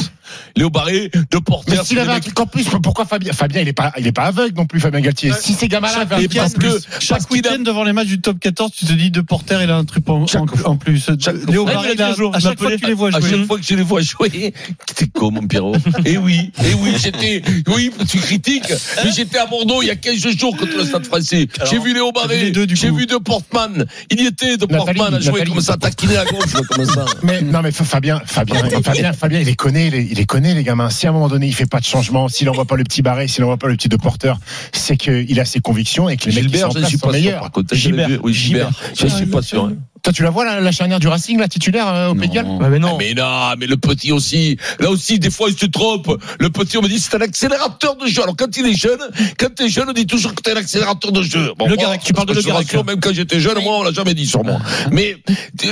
S3: Léo Barré, deux
S5: Mais
S3: porteurs.
S5: s'il avait un truc en plus, pourquoi Fabien Fabien, il est pas, il est pas aveugle non plus, Fabien Galtier. Si ces gamins-là avaient un
S3: Et
S5: truc en
S3: parce
S5: plus.
S3: que, parce
S6: Chaque
S3: qu'il a
S6: week-end devant les matchs du top 14, tu te dis deux porters, il a un truc en, en- en plus. Léo
S7: Ouais,
S6: Barré, il
S7: il a
S6: a-
S7: dit un jour,
S6: à
S7: il
S6: chaque fois que
S7: m'appelait.
S6: tu les vois
S3: À chaque
S6: jouer.
S3: fois que je les vois jouer, t'es con, mon Pierrot. Eh oui, eh oui, j'étais, oui, tu critiques, mais j'étais à Bordeaux il y a 15 jours contre le Stade français. J'ai vu Léo
S6: t'as vu les
S3: Barré,
S6: deux, du
S3: j'ai
S6: coup.
S3: vu De Portman. Il y était, De
S5: Nathalie,
S3: Portman, à jouer
S5: Nathalie.
S3: comme ça, taquiner à gauche, comme ça.
S5: Mais non, mais Fabien, Fabien, Fabien, Fabien, il les connaît, les- il les connaît les gamins. Si à un moment donné il fait pas de changement, s'il envoie pas le petit barré, s'il envoie pas le petit de porteur, c'est qu'il a ses convictions et que les
S3: Gilbert, je
S5: mecs qui sont, en
S3: ne
S5: place
S3: suis
S5: sont
S3: pas sûr,
S5: meilleurs.
S3: par contre.
S7: Gilbert.
S3: Oui, Gilbert. Je ne suis pas sûr. hein.
S5: Toi, tu la vois la, la charnière du Racing, la titulaire euh, au Pays de Galles
S7: Ouais, Bah, mais non.
S3: Ah, Mais non, mais le petit aussi. Là aussi, des fois, il se trompe. Le petit, on me dit, c'est un accélérateur de jeu. Alors, quand il est jeune, quand t'es jeune, on dit toujours que t'es un accélérateur de jeu. Bon,
S7: Le
S3: moi,
S7: Garec, tu parles de
S3: je
S7: Le
S3: te
S7: Garec,
S3: rassure,
S7: là.
S3: Même quand j'étais jeune, moi, on l'a jamais dit sur moi. Mais,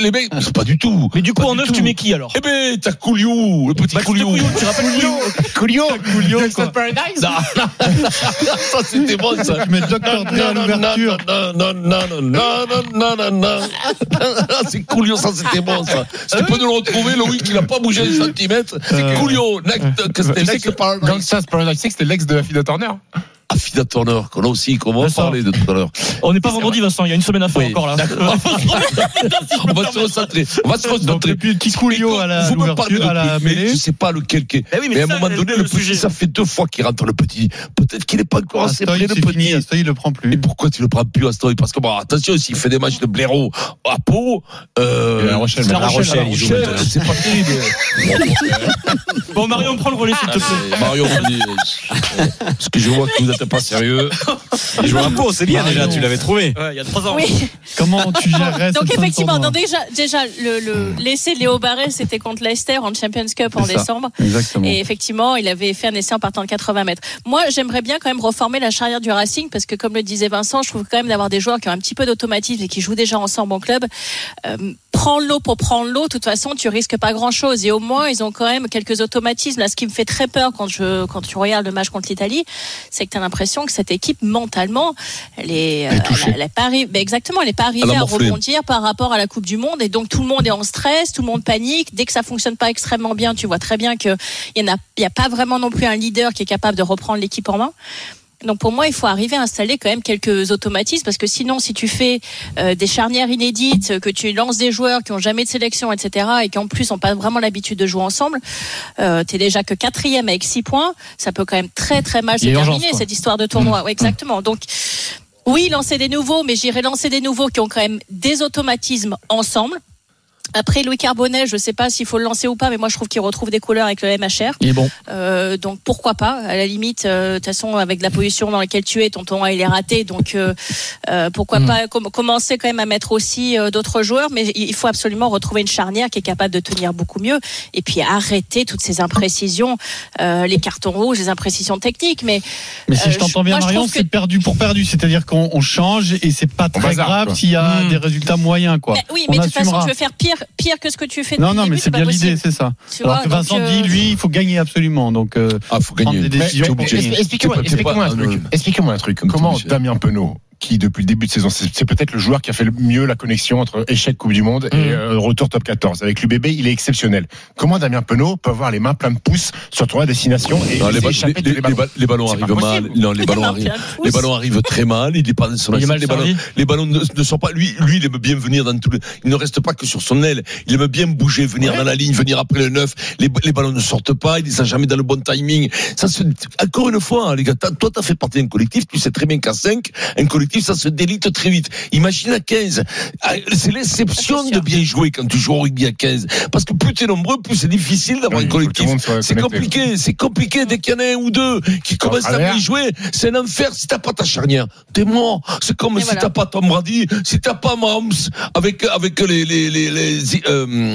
S3: les mecs, c'est pas du tout.
S7: Mais du coup, en neuf, tu mets qui alors
S3: Eh ben, t'as Couliou, le petit Couliou.
S7: Tu rappelles Couliou
S5: Coolio, Coolio,
S3: Non, non. ça, c'était bon, ça.
S6: Tu mets Dr. Dre à
S3: Non, non,
S6: l'ouverture.
S3: non, non, non, non, non, non, non, non, non. Ah, C'est Coulio, ça c'était bon ça. Si tu peux nous le retrouver, Loïc, il n'a pas bougé un centimètre. C'est
S6: Euh.
S3: Coulio, next, que c'était next par
S5: Gangsta's Paradise, tu sais que c'était l'ex de la fille de Turner.
S3: Affida Turner, qu'on a aussi, qu'on va en
S7: Vincent.
S3: parler de tout à l'heure.
S7: On n'est pas vendredi, Vincent, il y a une semaine à faire
S3: Oui.
S7: encore là.
S3: D'accord. On va se recentrer. On va se
S6: Donc,
S3: recentrer.
S6: depuis le petit Coolio à la-
S3: Vous me parlez
S6: l'ouverture,
S3: de
S6: à la
S3: trucs, mais
S6: mêlée.
S3: Je sais pas lequel qui est.
S7: Eh oui, mais
S3: Mais à un
S7: ça,
S3: moment
S7: le-
S3: donné,
S7: le
S3: le petit,
S7: sujet.
S3: ça fait deux fois qu'il rentre le petit. Peut-être qu'il n'est pas encore assez prêt,
S6: Astoy,
S3: le
S6: c'est fini,
S3: petit.
S6: Astoy, il le prend
S3: Et
S6: plus.
S3: pourquoi tu le prends plus à Story Parce que bon, attention, s'il fait des matchs de blaireau à Pau, euh,
S5: Et à La Rochelle,
S7: La
S5: maintenant.
S7: Rochelle,
S3: La
S7: alors.
S3: Rochelle, c'est pas terrible.
S7: Bon, Marion, prends le relais,
S3: Ah.
S7: s'il te plaît.
S6: Ah,
S3: Mario, on dit, euh, parce que je vois que vous n'êtes pas sérieux.
S10: Il joue un pot, c'est bien déjà, tu l'avais trouvé.
S7: Ouais, il y a trois ans.
S4: Oui.
S6: Comment tu gérerais
S4: Donc
S6: cette fin de
S4: effectivement,
S6: tournoi
S4: non, déjà, déjà le, le l'essai de Léo Barret, c'était contre Leicester en Champions Cup en
S6: Hmm. C'est ça.
S4: décembre.
S6: Exactement.
S4: Et effectivement, il avait fait un essai en partant de 80 mètres. Moi, j'aimerais bien quand même reformer la charrière du Racing parce que, comme le disait Vincent, je trouve quand même d'avoir des joueurs qui ont un petit peu d'automatisme et qui jouent déjà ensemble en club. Euh, prends l'eau pour prendre l'eau. De toute façon, tu risques pas grand chose. Et au moins, ils ont quand même quelques automatismes. Là, ce qui me fait très peur quand je, quand tu regardes le match contre l'Italie, c'est que tu as l'impression que cette équipe, mentalement, elle est, euh,
S5: touchée.
S4: elle, elle est pas arri- ben exactement, elle est pas arrivée
S3: Elle a
S4: à
S3: morflé.
S4: rebondir par rapport à la Coupe du Monde. Et donc, tout le monde est en stress, tout le monde panique. Dès que ça fonctionne pas extrêmement bien, tu vois très bien que il n'y a, il y a pas vraiment non plus un leader qui est capable de reprendre l'équipe en main. Donc pour moi, il faut arriver à installer quand même quelques automatismes parce que sinon, si tu fais euh, des charnières inédites, que tu lances des joueurs qui ont jamais de sélection, etc., et qui en plus n'ont pas vraiment l'habitude de jouer ensemble, euh, t'es déjà que quatrième avec six points, ça peut quand même très très mal se
S6: Il y a urgence,
S4: terminer
S6: quoi. Mmh.
S4: cette histoire de tournoi. Ouais, exactement. Donc oui, lancer des nouveaux, mais j'irai lancer des nouveaux qui ont quand même des automatismes ensemble. Après Louis Carbonnet, je sais pas s'il faut le lancer ou pas, mais moi je trouve qu'il retrouve des couleurs avec le MHR.
S6: Il est bon.
S4: Euh, donc pourquoi pas À la limite, euh, de toute façon, avec la position dans laquelle tu es, ton tournoi il est raté. Donc euh, euh, pourquoi
S6: Hmm.
S4: pas com- commencer quand même à mettre aussi euh, d'autres joueurs Mais il il faut absolument retrouver une charnière qui est capable de tenir beaucoup mieux. Et puis arrêter toutes ces imprécisions, euh, les cartons rouges, les imprécisions techniques. Mais
S6: Mais si
S4: Euh,
S6: je t'entends
S4: je-
S6: bien,
S4: moi, je
S6: Marion,
S4: trouve que-
S6: c'est perdu pour perdu. C'est-à-dire qu'on on change et c'est pas très
S5: bazarde,
S6: grave
S5: quoi.
S6: s'il y a des résultats moyens, quoi.
S4: Hmm. Mais oui,
S6: On
S4: mais de toute façon,
S6: assumera.
S4: tu veux faire pire pire que ce que tu fais depuis
S6: Non, non,
S4: le
S6: mais
S4: début,
S6: c'est bien
S4: pas
S6: l'idée,
S4: possible.
S6: c'est ça.
S4: Tu
S6: Alors
S4: vois,
S6: que
S4: donc,
S6: Vincent
S4: euh,
S6: dit, lui, il faut gagner absolument. Donc, euh,
S3: Ah, faut
S6: prendre
S3: gagner.
S6: des
S5: Mais-
S6: décisions.
S3: t'es obligé.
S5: Expli- Expliquez-moi
S3: T'es pas- t'es
S5: expliquez-moi
S3: pas
S5: un truc.
S3: anonyme.
S5: Expliquez-moi un truc.
S3: Comme
S5: Comment
S3: Michel.
S5: Damien Penaud, qui depuis le début de saison, c'est c'est peut-être le joueur qui a fait le mieux la connexion entre échec Coupe du Monde et euh, retour top 14 avec l'UBB, il est exceptionnel. Comment Damien Penaud peut avoir les mains pleines de pouces sur trois destinations et
S3: Non, les, ba- les-
S5: s'échapper tous
S3: les- les ba- les ballons
S5: C'est pas
S3: arrivent mal.
S5: possible.
S3: Non, les ballons
S4: Marc
S3: arrivent.
S4: Yann
S3: Les
S4: Pousse.
S3: ballons arrivent très mal. Il est pas sur la
S7: Il est
S3: cible.
S7: mal
S3: Les ballons,
S7: servi.
S3: les ballons ne, ne sont pas. Lui, lui, il aime bien venir dans tout. Le, il ne reste pas que sur son aile. Il aime bien bouger, venir dans la ligne, venir après le 9 Les, les ballons ne sortent pas. Il ne sont jamais dans le bon timing. Ça se, encore une fois, hein, les gars, t'as- toi, t'as fait partie d'un collectif. Tu sais très bien qu'à 5 un collectif, ça se délite très vite. Imagine à 15 Ah, C'est l'exception
S4: C'est sûr.
S3: de bien jouer quand tu joues au rugby à 15 Parce que plus t'es nombreux, plus c'est difficile d'avoir
S5: Oui,
S3: un
S5: il faut que tout le
S3: collectif.
S5: monde soit
S3: C'est
S5: connecté.
S3: compliqué compliqué, c'est compliqué dès qu'il y en a un ou deux qui commencent à
S5: travers.
S3: bien jouer, c'est un enfer si t'as pas ta charnière. T'es mort. C'est comme
S4: Et
S3: si
S4: voilà.
S3: t'as pas Tom Brady, si t'as pas Mahomes avec avec les les les, les euh,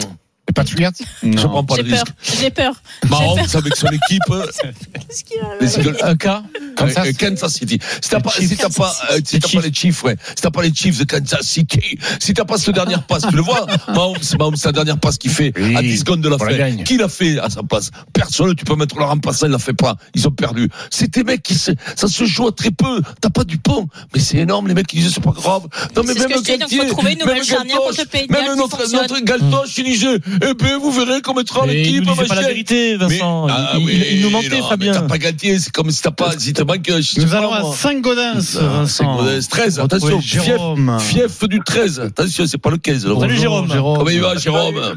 S5: Pas de flirt
S3: je prends pas
S4: J'ai
S3: le
S4: peur,
S3: risque.
S4: j'ai peur.
S3: Mahomes avec son équipe,
S4: Qu'est-ce qu'il y a
S3: les Eagles,
S6: un cas.
S5: Kansas.
S3: euh, Kansas City. Si t'as pas,
S4: Chiefs.
S3: si t'as pas,
S4: Kansas
S3: euh, si t'as pas les Chiefs, ouais. Si t'as pas les Chiefs de Kansas City, si t'as pas cette dernière passe, tu le vois, Mahomes, Mahomes, la dernière passe qu'il fait
S5: Oui,
S3: à 10 secondes de la
S5: on la
S3: fin.
S5: gagne.
S3: Qui l'a fait à sa place Personne. Tu peux mettre le remplaçant, il l'a fait pas. Ils ont perdu. C'est des mecs qui se, ça se joue à très peu. T'as pas du pont, mais c'est énorme. Les mecs qui disent c'est pas grave. Non mais
S4: C'est ce
S3: même
S4: que je dis, donc,
S3: Galtier,
S4: faut trouver une nouvelle
S3: même
S4: charnière
S3: Galtoche,
S4: contre le Pays de Galles
S3: même
S4: qui
S3: notre
S4: fonctionne.
S3: notre Galtoche, il disait, eh ben vous verrez comment sera
S7: Mais il
S3: l'équipe,
S7: nous disait pas la
S3: machin.
S7: vérité, Vincent.
S3: Mais- ah
S7: il, il-
S3: oui,
S7: il nous mentait,
S3: non, mais
S7: Fabien.
S3: T'as pas Galtier, c'est comme si t'as pas, si t'as pas que- je sais
S6: Nous
S3: pas,
S6: allons à
S3: moi.
S6: Saint-Gaudens,
S3: Ah, c'est
S6: Vincent.
S3: Gaudens. 13,
S6: Retrouver
S3: attention,
S6: Jérôme.
S3: fief, fief du 13. Attention, c'est pas le 15. le
S6: Bonjour,
S3: vrai.
S7: Jérôme.
S3: Comment il va, Jérôme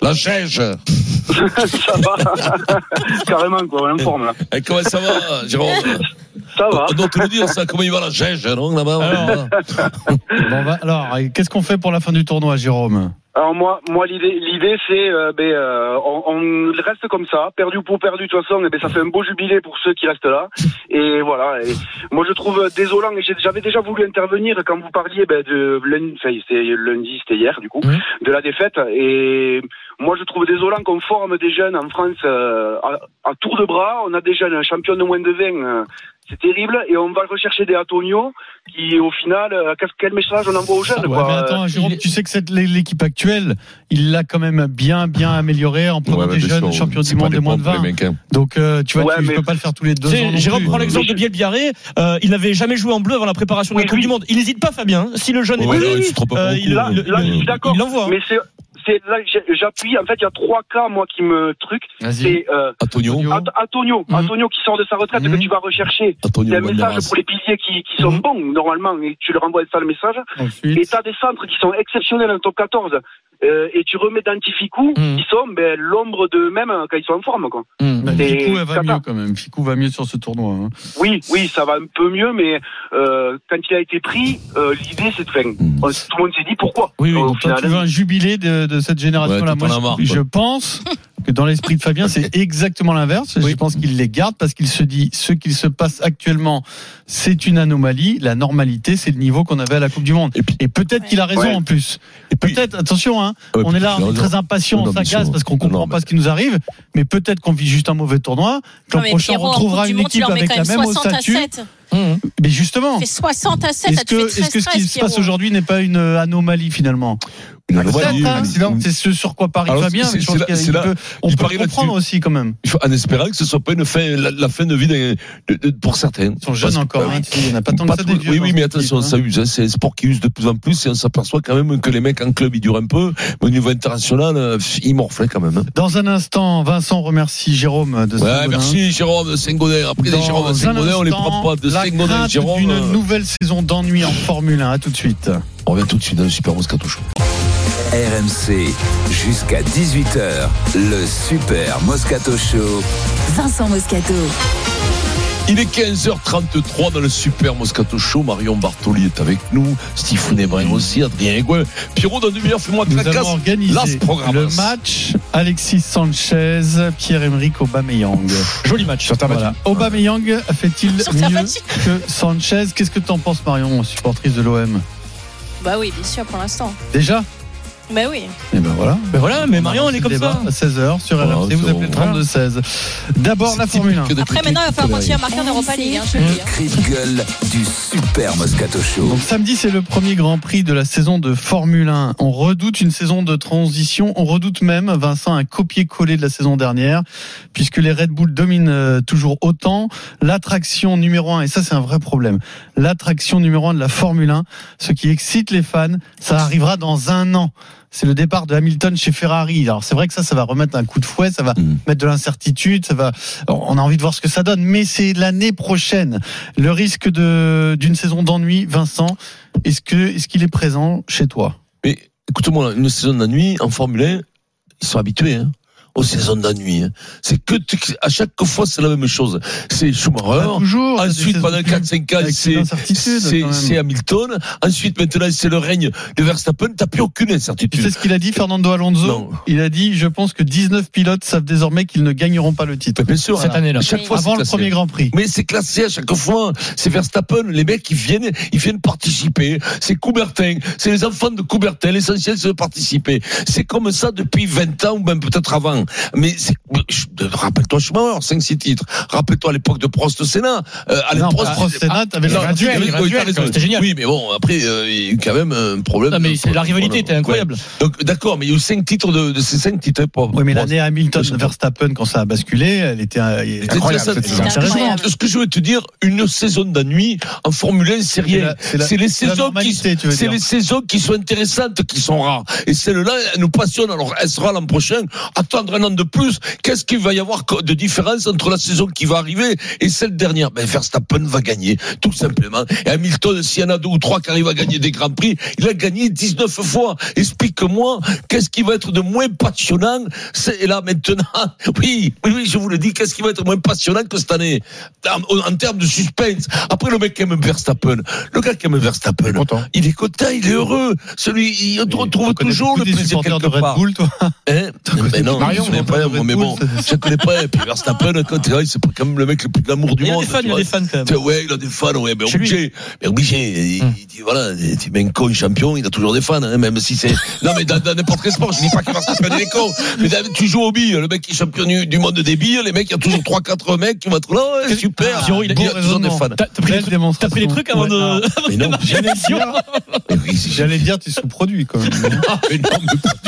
S3: La chèche.
S11: ça va, carrément quoi, on forme là.
S3: Eh, comment ça va, Jérôme
S11: Ça va.
S3: On doit te le dire, ça. Comment il va, la chèche, non, là-bas
S6: Alors. Bon, bah, alors, et qu'est-ce qu'on fait pour la fin du tournoi, Jérôme
S11: Alors moi, moi l'idée, l'idée c'est, euh, ben, euh, on, on reste comme ça, perdu pour perdu. De toute façon, eh ben, ça fait un beau jubilé pour ceux qui restent là. Et voilà. Et moi, je trouve désolant. et j'ai- J'avais déjà voulu intervenir quand vous parliez ben, de lundi, enfin, c'était lundi, c'était hier du coup, de la défaite. Et moi, je trouve désolant qu'on forme des jeunes en France euh, à, à tour de bras. On a des jeunes champions de moins de 20. euh, c'est terrible et on va rechercher des Antonio qui au final euh, qu'est-ce- quel message on envoie aux jeunes
S6: Ouais,
S11: quoi.
S6: mais attends, Jérôme,
S7: bah, il-
S6: tu sais que cette, l'équipe actuelle, il l'a quand même bien, bien améliorée en prenant
S3: bah,
S6: des jeunes champions du monde de moins de 20.
S11: hein,
S6: Donc, euh, tu vois,
S11: Ouais,
S6: tu ne
S11: mais-
S6: peux pas le faire tous les deux
S7: Tu sais,
S6: ans. non
S7: Jérôme
S6: plus.
S7: prend l'exemple de Biel Biarré. Euh, il n'avait jamais joué en bleu avant la préparation de la
S11: Oui,
S7: Coupe
S11: oui.
S7: du Monde. Il n'hésite pas, Fabien. hein, Si le jeune est
S3: Ouais,
S7: bleu,
S3: non, il se trompe pas
S7: euh,
S3: beaucoup. hein.
S7: il-
S11: Là,
S7: il-
S11: là, je suis d'accord.
S7: il l'envoie. hein.
S11: Mais c'est, c'est là que j'ai- j'appuie. En fait, il y a trois cas, moi, qui me truc.
S6: Vas-y.
S11: C'est euh,
S3: Antonio,
S6: Antonio.
S11: Ant- Antonio,
S6: Mhm.
S11: Antonio qui sort de sa retraite
S6: Mhm.
S11: que tu vas rechercher. Il y
S3: Antonio
S11: a un message
S3: Banderas.
S11: pour les piliers qui, qui sont
S6: Mhm.
S11: bons normalement et tu leur envoies ça le message. Et
S6: Ensuite.
S11: t'as des centres qui sont exceptionnels en top 14 euh, et tu remets Dantificou
S7: Mhm.
S11: qui sont ben, l'ombre d'eux-mêmes euh, quand ils sont en forme quoi.
S6: Bah,
S11: Et
S6: Ficou, elle va
S11: Tata.
S6: mieux quand même. Ficou va mieux sur ce tournoi. hein.
S11: Oui, oui, ça va un peu mieux, mais euh, quand il a été pris, euh, l'idée c'est de faire. On- Tout le monde s'est dit pourquoi.
S6: Mhm. Oui, oui,
S11: Au
S6: donc toi,
S11: final.
S6: tu veux un jubilé de, de cette génération-là.
S3: Ouais,
S6: Moi,
S3: t'en as marre,
S6: je,
S3: toi.
S6: je pense que dans l'esprit de Fabien, c'est exactement l'inverse. Je pense qu'il les garde parce qu'il se dit ce qu'il se passe actuellement, c'est une anomalie. La normalité, c'est le niveau qu'on avait à la Coupe du Monde.
S3: Et puis-
S6: Et peut-être qu'il a raison
S11: Ouais.
S6: en plus. Et
S3: puis-
S6: peut-être, attention, hein,
S3: Ouais,
S6: on est là,
S3: puis-
S6: on est
S3: non,
S6: très impatient,
S3: Non,
S6: on
S3: non, mais
S6: s'agace
S3: sûr.
S6: parce qu'on comprend
S3: Non,
S6: pas
S3: mais-
S6: ce qui nous arrive. Mais peut-être qu'on vit juste un mauvais tournoi. que
S4: Non,
S6: L'an
S4: mais
S6: prochain,
S4: Pierrot,
S6: on
S4: en
S6: retrouvera
S4: Coupe du
S6: une
S4: Monde, tu
S6: équipe
S4: leur mets
S6: avec
S4: quand
S6: la
S4: même
S6: même
S4: 60 à
S6: statut.
S4: 7.
S6: Mais justement.
S4: Fait 60 à 7,
S6: Est-ce
S4: ça te
S6: que,
S4: fait
S6: est-ce que
S4: 13
S6: ce qui
S4: 13
S6: se passe
S4: Pierrot.
S6: aujourd'hui n'est pas une anomalie finalement
S3: Une
S6: Peut-être,
S3: anomalie,
S6: hein.
S3: accident.
S6: C'est ce sur quoi Paris
S3: Alors,
S6: va bien.
S3: c'est-
S6: mais je pense
S3: c'est là-
S6: qu'il
S3: c'est là-
S6: peut- on
S3: il
S6: peut
S3: parie
S6: le comprendre aussi quand même.
S3: Il faut- en espérant que ce soit pas une fin, la, la fin de vie d'un- de- de- pour certains.
S6: Ils sont jeunes
S3: Parce que-
S6: encore.
S3: bah,
S6: hein, Il n'y en a pas tant que
S3: Pas
S6: ça
S3: trop-
S6: des vieux.
S3: oui,
S6: dans
S3: oui, mais
S6: cette
S3: attention,
S6: équipe,
S3: ça
S6: hein.
S3: use. hein. C'est un sport qui use de plus en plus et on s'aperçoit quand même que les mecs en club, ils durent un peu. Mais au niveau international, euh, pff, ils morflent quand même. hein.
S6: Dans un instant, Vincent remercie Jérôme de
S3: Ouais,
S6: Saint-Gaudens.
S3: merci Jérôme de Saint-Gaudin. Après les
S6: Dans
S3: Jérôme
S6: un
S3: de Saint-Gaudin, on les prend
S6: instant,
S3: pas. De
S6: la
S3: Saint-Gaudin,
S6: crainte
S3: Jérôme.
S6: d'une
S3: euh,
S6: nouvelle saison d'ennui en Formule 1. À tout de suite.
S3: On revient tout de suite dans le Super Moscato Show.
S2: RMC, jusqu'à 18h, le Super Moscato Show.
S1: Vincent Moscato.
S3: Il est 15h33 dans le Super Moscato Show. Marion Bartoli est avec nous. Steve Nebrain aussi. Adrien Egouin. Pierrot, dans demi-heure, fais-moi de
S6: Nous
S3: la
S6: allons
S3: casse. Las
S6: organiser
S3: Programas.
S6: le match Alexis Sanchez, Pierre-Emerick Aubameyang.
S7: Joli match.
S6: Voilà. Euh, Aubameyang fait-il
S4: Sur ta
S6: mieux
S4: fatigue.
S6: que Sanchez Qu'est-ce que t'en penses Marion, supportrice de l'OM
S4: Bah oui, bien sûr, pour l'instant.
S6: Déjà
S4: Mais oui.
S6: Et ben voilà.
S7: Ben voilà, mais Marion, elle est comme
S6: Débat
S7: ça. Oh,
S6: À 16h sur
S3: Voilà,
S6: RMC, vous
S3: c'est
S6: appelez
S3: bon.
S6: 32-16. D'abord la Formule 1.
S4: Après, maintenant, il
S3: Bah
S4: va falloir continuer à marquer en Europa League. hein, je te le dis, hein.
S2: Cri de gueule du Super Moscato Show.
S6: Donc samedi, c'est le premier Grand Prix de la saison de Formule 1. On redoute une saison de transition. On redoute même, Vincent, un copier-coller de la saison dernière, puisque les Red Bull dominent euh, toujours autant. L'attraction numéro 1, et ça c'est un vrai problème, l'attraction numéro 1 de la Formule 1, ce qui excite les fans, ça arrivera dans un an. C'est le départ de Hamilton chez Ferrari. Alors c'est vrai que ça, ça va remettre un coup de fouet, ça va
S3: Mhm.
S6: mettre de l'incertitude, ça va. On a envie de voir ce que ça donne, mais c'est l'année prochaine. Le risque de d'une saison d'ennui, Vincent, est-ce que est-ce qu'il est présent chez toi
S3: Mais écoute-moi, une saison d'ennui en Formule 1, ils sont habitués hein, aux saisons d'ennui. hein. C'est que tu- à chaque fois, c'est la même chose. C'est Schumacher.
S6: Pas Bah, Toujours. t'as des
S3: Ensuite,
S6: saisons
S3: Ah, pendant
S6: de-
S3: 4-5 ans,
S6: avec des
S3: c'est-
S6: incertitudes,
S3: c'est
S6: quand même.
S3: c'est Hamilton. Ensuite, maintenant, c'est le règne de Verstappen. T'as plus aucune
S6: Tu sais
S3: incertitude.
S6: ce qu'il a dit, Fernando Alonso
S3: Non.
S6: Il a dit Je pense que 19 pilotes savent désormais qu'ils ne gagneront pas le titre.
S3: Mais Bien sûr,
S7: Cette
S3: hein,
S7: année-là.
S3: à chaque
S4: Oui.
S3: fois, c'est
S6: Avant le
S3: classé.
S6: premier Grand Prix.
S3: Mais c'est classé à chaque fois. C'est Verstappen. Les mecs, ils viennent, ils viennent participer. C'est Coubertin. C'est les enfants de Coubertin. L'essentiel, c'est de participer. C'est comme ça depuis 20 ans ou même peut-être avant. Mais c'est- je- rappelle-toi Schumacher, 5-6 titres. Rappelle-toi à l'époque de Prost Sénat. Euh, à
S6: Non,
S3: l'époque
S6: Prost Senna, t'avais le
S3: Non,
S6: graduel,
S3: oui,
S6: le
S3: oui,
S6: graduel,
S3: t'as raison.
S7: c'était génial.
S3: Oui, mais bon, après, euh, il y a eu quand même un problème.
S7: Non, mais c'est la rivalité
S3: Voilà.
S7: était incroyable.
S3: Ouais. Donc, d'accord, mais il y a eu 5 titres de, de ces 5 titres. hein, pour-
S6: Oui, mais
S3: pour-
S6: l'année Hamilton-Verstappen, quand ça a basculé, elle était euh, elle était
S3: C'était
S6: incroyable.
S3: ça,
S6: cette
S3: c'est
S6: saison.
S4: ça.
S6: Sérieusement.
S4: Incroyable.
S3: Ce que je veux te dire, une saison d'ennui en Formule 1, c'est rien.
S6: C'est la-
S3: C'est les
S6: c'est la
S3: saisons qui,
S6: normalité, tu veux
S3: c'est
S6: dire.
S3: les saisons qui sont intéressantes, qui sont rares. Et celle-là, elle nous passionne. Alors, elle sera l'an prochain. Attendre un an de plus, qu'est-ce qu'il va y avoir co- de différence entre la saison qui va arriver et celle dernière Ben, Verstappen va gagner, tout simplement. Et Hamilton, s'il y en a deux ou trois qui arrivent à gagner des grands prix, il a gagné 19 fois. Explique-moi, qu'est-ce qui va être de moins passionnant C'est et là maintenant. Oui, oui, oui, je vous le dis, qu'est-ce qui va être moins passionnant que cette année en, en termes de suspense Après, le mec qui aime Verstappen, le gars qui aime Verstappen,
S5: Il est content.
S3: il est content, il est heureux. Celui, il
S6: On
S3: retrouve
S6: connaît
S3: toujours
S6: beaucoup
S3: le
S6: des
S3: plaisir
S6: supporters
S3: quelque
S6: de Red
S3: part.
S6: Bull, toi.
S3: Hein mais non,
S5: Marion,
S3: je connais
S5: on
S3: pas,
S6: parle de Red
S3: mais bon,
S6: Bull,
S3: je connais pas. Et puis Verstappen, quand il arrive, c'est quand même le mec le plus glamour du
S7: Il y a
S3: monde.
S7: des fans,
S3: tu
S7: il y a
S3: vois.
S7: des fans quand même.
S3: Tu sais, Ouais, il a des fans, ouais, mais
S7: Ah ben. Chez lui.
S3: obligé. Mais obligé. Il,
S7: Hum.
S3: il dit, voilà, tu mets un con champion, il a toujours des fans, hein, même si c'est. Non, mais dans dans n'importe quel sport, je dis pas qu'il va se faire des cons. Mais dans- tu joues au billes, le mec qui est champion du, du monde des billes, les mecs, il y a toujours 3-4 mecs qui vont être là, ouais, super.
S7: Giro, il a-
S3: il y a toujours des fans.
S7: T'as t'as pris, les
S6: Belle
S7: trucs-
S6: démonstration.
S7: t'as pris les trucs avant
S6: Ouais.
S7: de.
S3: Mais non,
S6: J'allais dire,
S3: mais oui, c'est-
S6: j'allais dire, tu sous-produis quand même.
S3: mais non, mais pas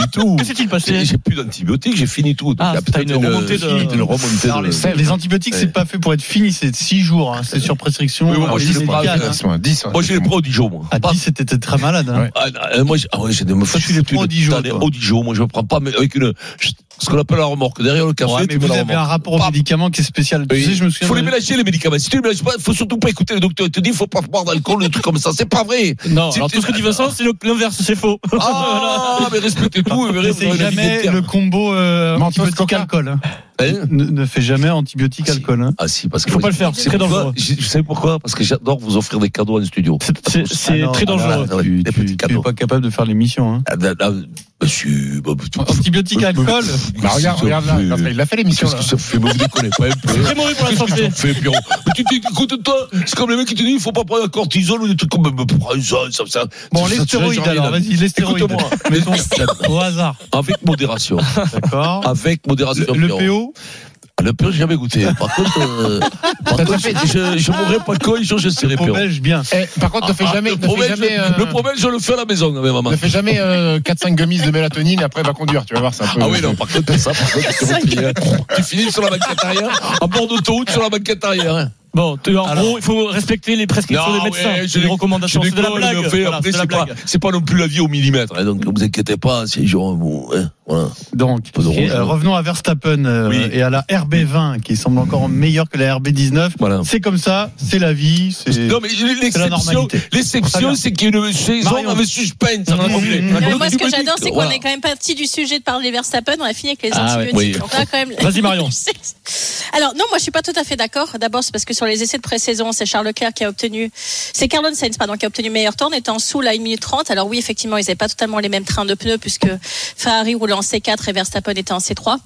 S3: du tout.
S7: Que s'est-il
S3: J'ai
S7: passé
S3: j'ai plus d'antibiotiques, j'ai fini tout. Donc,
S7: Ah,
S3: il y a
S7: t'as
S3: peut-être
S7: une remontée de- Ah,
S3: une remontée
S6: Alors,
S3: de-
S6: les, les antibiotiques, c'est
S3: Ouais.
S6: pas fait pour être fini, c'est 6 jours, hein, c'est sur prescription.
S3: Oui, oui,
S7: Ah,
S3: moi,
S6: euh,
S3: je
S6: c'est
S3: sais pas,
S6: médical,
S3: je
S6: hein.
S5: Ils sont à 10. hein.
S3: Moi, j'ai les pros au Dijon, moi.
S6: À
S3: Pas-
S6: 10, c'était t'étais très malade. hein.
S5: Ouais.
S3: Ah, ah, moi, j'ai- ah ouais, j'ai des me
S6: Toi, tu les prends au Dijon, toi.
S3: Au Dijon, moi, je me prends pas, mais avec une, ce qu'on appelle la remorque. Derrière le café,
S6: Ouais,
S3: tu
S6: mais
S3: mets
S6: vous
S3: la
S6: avez un
S3: remorque.
S6: rapport aux
S3: Pam.
S6: médicaments qui est spécial. Tu
S3: Oui.
S6: sais, je me souviens.
S3: faut les
S6: de-
S3: mélanger les médicaments. Si tu les mélanges pas, faut surtout pas écouter le docteur. Il te dit, faut pas boire d'alcool, des trucs comme ça. C'est pas vrai.
S7: Non,
S3: Si
S7: alors
S3: tu-
S7: tout ce que dit Vincent, c'est le- l'inverse, c'est faux.
S3: Ah, mais respectez tout. Vous verrez, vous
S6: N'essaye
S3: aurez la vie
S6: jamais
S3: d'éther.
S6: le combo euh,
S5: Mentos,
S6: antibiotique
S5: coca.
S6: alcool. hein.
S3: Hein
S6: Ne, ne fais jamais antibiotique
S3: Si.
S6: alcool. hein.
S3: Ah si, parce que
S7: Faut pas le faire, c'est très
S3: pourquoi-
S7: dangereux.
S3: Je je sais pourquoi, parce que j'adore vous offrir des cadeaux en studio.
S7: C'est- C'est
S6: Ah
S7: c'est
S6: non,
S7: très
S6: ah là,
S7: dangereux.
S3: Ah, ouais,
S6: tu-
S3: des petits
S6: Tu tu es
S3: cadeaux.
S6: pas capable de faire l'émission. hein.
S3: Ah, là, là, monsieur, bah,
S6: Ah, Antibiotique alcool.
S5: Bah, regarde, regarde là, regarde là, il l'a fait l'émission.
S3: Qu'est-ce
S5: là.
S3: que ça fait Mais vous déconnez pas un peu.
S7: Très mauvais pour la
S3: Qu'est-ce que
S7: santé.
S3: ça fait, Pierrot Mais tu t'écoutes, toi, c'est comme les mecs qui te disent il faut pas prendre la cortisone ou des trucs comme mais prends ça, ça, ça.
S6: Bon,
S3: ça, ça,
S6: les
S3: ça,
S6: stéroïdes
S3: j'ai envie
S6: alors.
S3: d'aller.
S6: Vas-y, les stéroïdes.
S3: Écoute-moi.
S6: Mettons au hasard.
S3: Avec modération.
S6: D'accord.
S3: Avec modération.
S6: Le, le
S3: Pierrot.
S6: PO,
S3: Ah, Le PO, j'ai jamais goûté. Par contre, euh, par contre, je, je mourrai pas de coin, je, je serai
S6: pour
S3: Pierrot.
S6: belge, bien.
S5: Eh, par contre, ne fais
S3: Ah,
S5: jamais,
S3: le
S5: ne fais
S3: problème,
S5: jamais,
S3: je,
S5: euh,
S3: le problème, je le fais à la maison avec ma maman.
S5: ne fais jamais euh, 4-5 gummies de mélatonine et après va conduire. Tu vas voir, c'est un peu.
S3: Ah oui, non, par contre, ça, par contre, c'est compliqué, hein. tu finis sur la banquette arrière, à bord d'autoroute sur la banquette arrière. hein.
S7: Bon, tu- en
S3: Alors.
S7: gros, il faut respecter les prescriptions des médecins,
S3: ouais, je
S7: les
S3: dé-
S7: recommandations.
S3: je
S7: C'est de la
S3: déconne,
S7: blague.
S3: mais enfin,
S7: Voilà,
S3: après,
S7: c'est de la
S3: c'est pas,
S7: blague.
S3: c'est pas non plus la vie au millimètre. hein, donc ne vous inquiétez pas, c'est genre. Bon, hein, voilà.
S6: Donc,
S3: Pas de rouge,
S6: euh,
S3: hein.
S6: revenons à Verstappen euh,
S3: Oui.
S6: et à la RB20 qui semble encore meilleure que la RB19.
S3: Voilà.
S6: C'est comme ça, c'est la vie. c'est-
S3: Non, mais l'exception,
S6: normalité. Très bien.
S3: l'exception, c'est qu'il y a une saison
S6: Marion.
S3: avec suspense.
S6: Mmh, mmh, mmh.
S4: Non, mais moi, ce que j'adore, c'est qu'on est quand même parti du sujet de parler Verstappen. On a fini avec les
S7: Ah ouais.
S4: antibiotiques.
S3: Oui.
S4: Donc là, quand même-
S7: Vas-y, Marion.
S4: Alors, non, moi, je suis pas tout à fait d'accord. D'abord, c'est parce que sur les essais de pré-saison, c'est Charles Leclerc qui a obtenu, c'est Carlon Sainz, pardon, qui a obtenu meilleur temps en étant sous la 1 minute 30. Alors oui, effectivement, ils n'avaient pas totalement les mêmes trains de pneus puisque Ferrari roulait en C4 et Verstappen était en C3.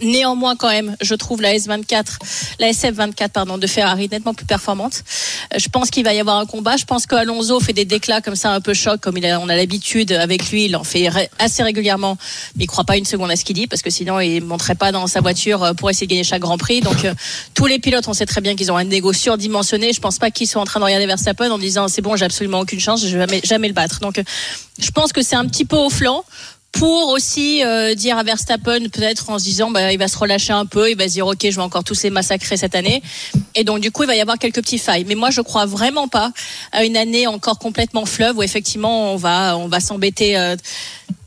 S4: Néanmoins, quand même, je trouve la S24, la SF24, pardon, de Ferrari nettement plus performante. Euh, Je pense qu'il va y avoir un combat. Je pense qu'Alonso fait des déclats comme ça un peu choc, comme il a- on a l'habitude avec lui. Il en fait ré- assez régulièrement, mais il croit pas une seconde à ce qu'il dit parce que sinon il monterait pas dans sa voiture euh, pour essayer de gagner chaque Grand Prix. Donc euh, tous les pilotes, on sait très bien qu'ils ont un négo surdimensionné. Je pense pas qu'ils soient en train de regarder Verstappen en disant c'est bon, j'ai absolument aucune chance, je vais jamais, jamais le battre. Donc euh, je pense que c'est un petit peu au flanc pour aussi euh, dire à Verstappen peut-être en se disant bah, il va se relâcher un peu, il va se dire ok je vais encore tous les massacrer cette année et donc du coup il va y avoir quelques petits failles mais moi je crois vraiment pas à une année encore complètement fleuve où effectivement on va on va s'embêter euh,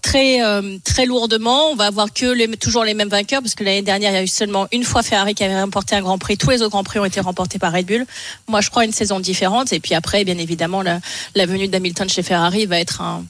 S4: très euh, très lourdement on va avoir que les, toujours les mêmes vainqueurs parce que l'année dernière il y a eu seulement une fois Ferrari qui avait remporté un Grand Prix tous les autres Grands Prix ont été remportés par Red Bull moi je crois à une saison différente et puis après bien évidemment la, la venue d'Hamilton chez Ferrari va être un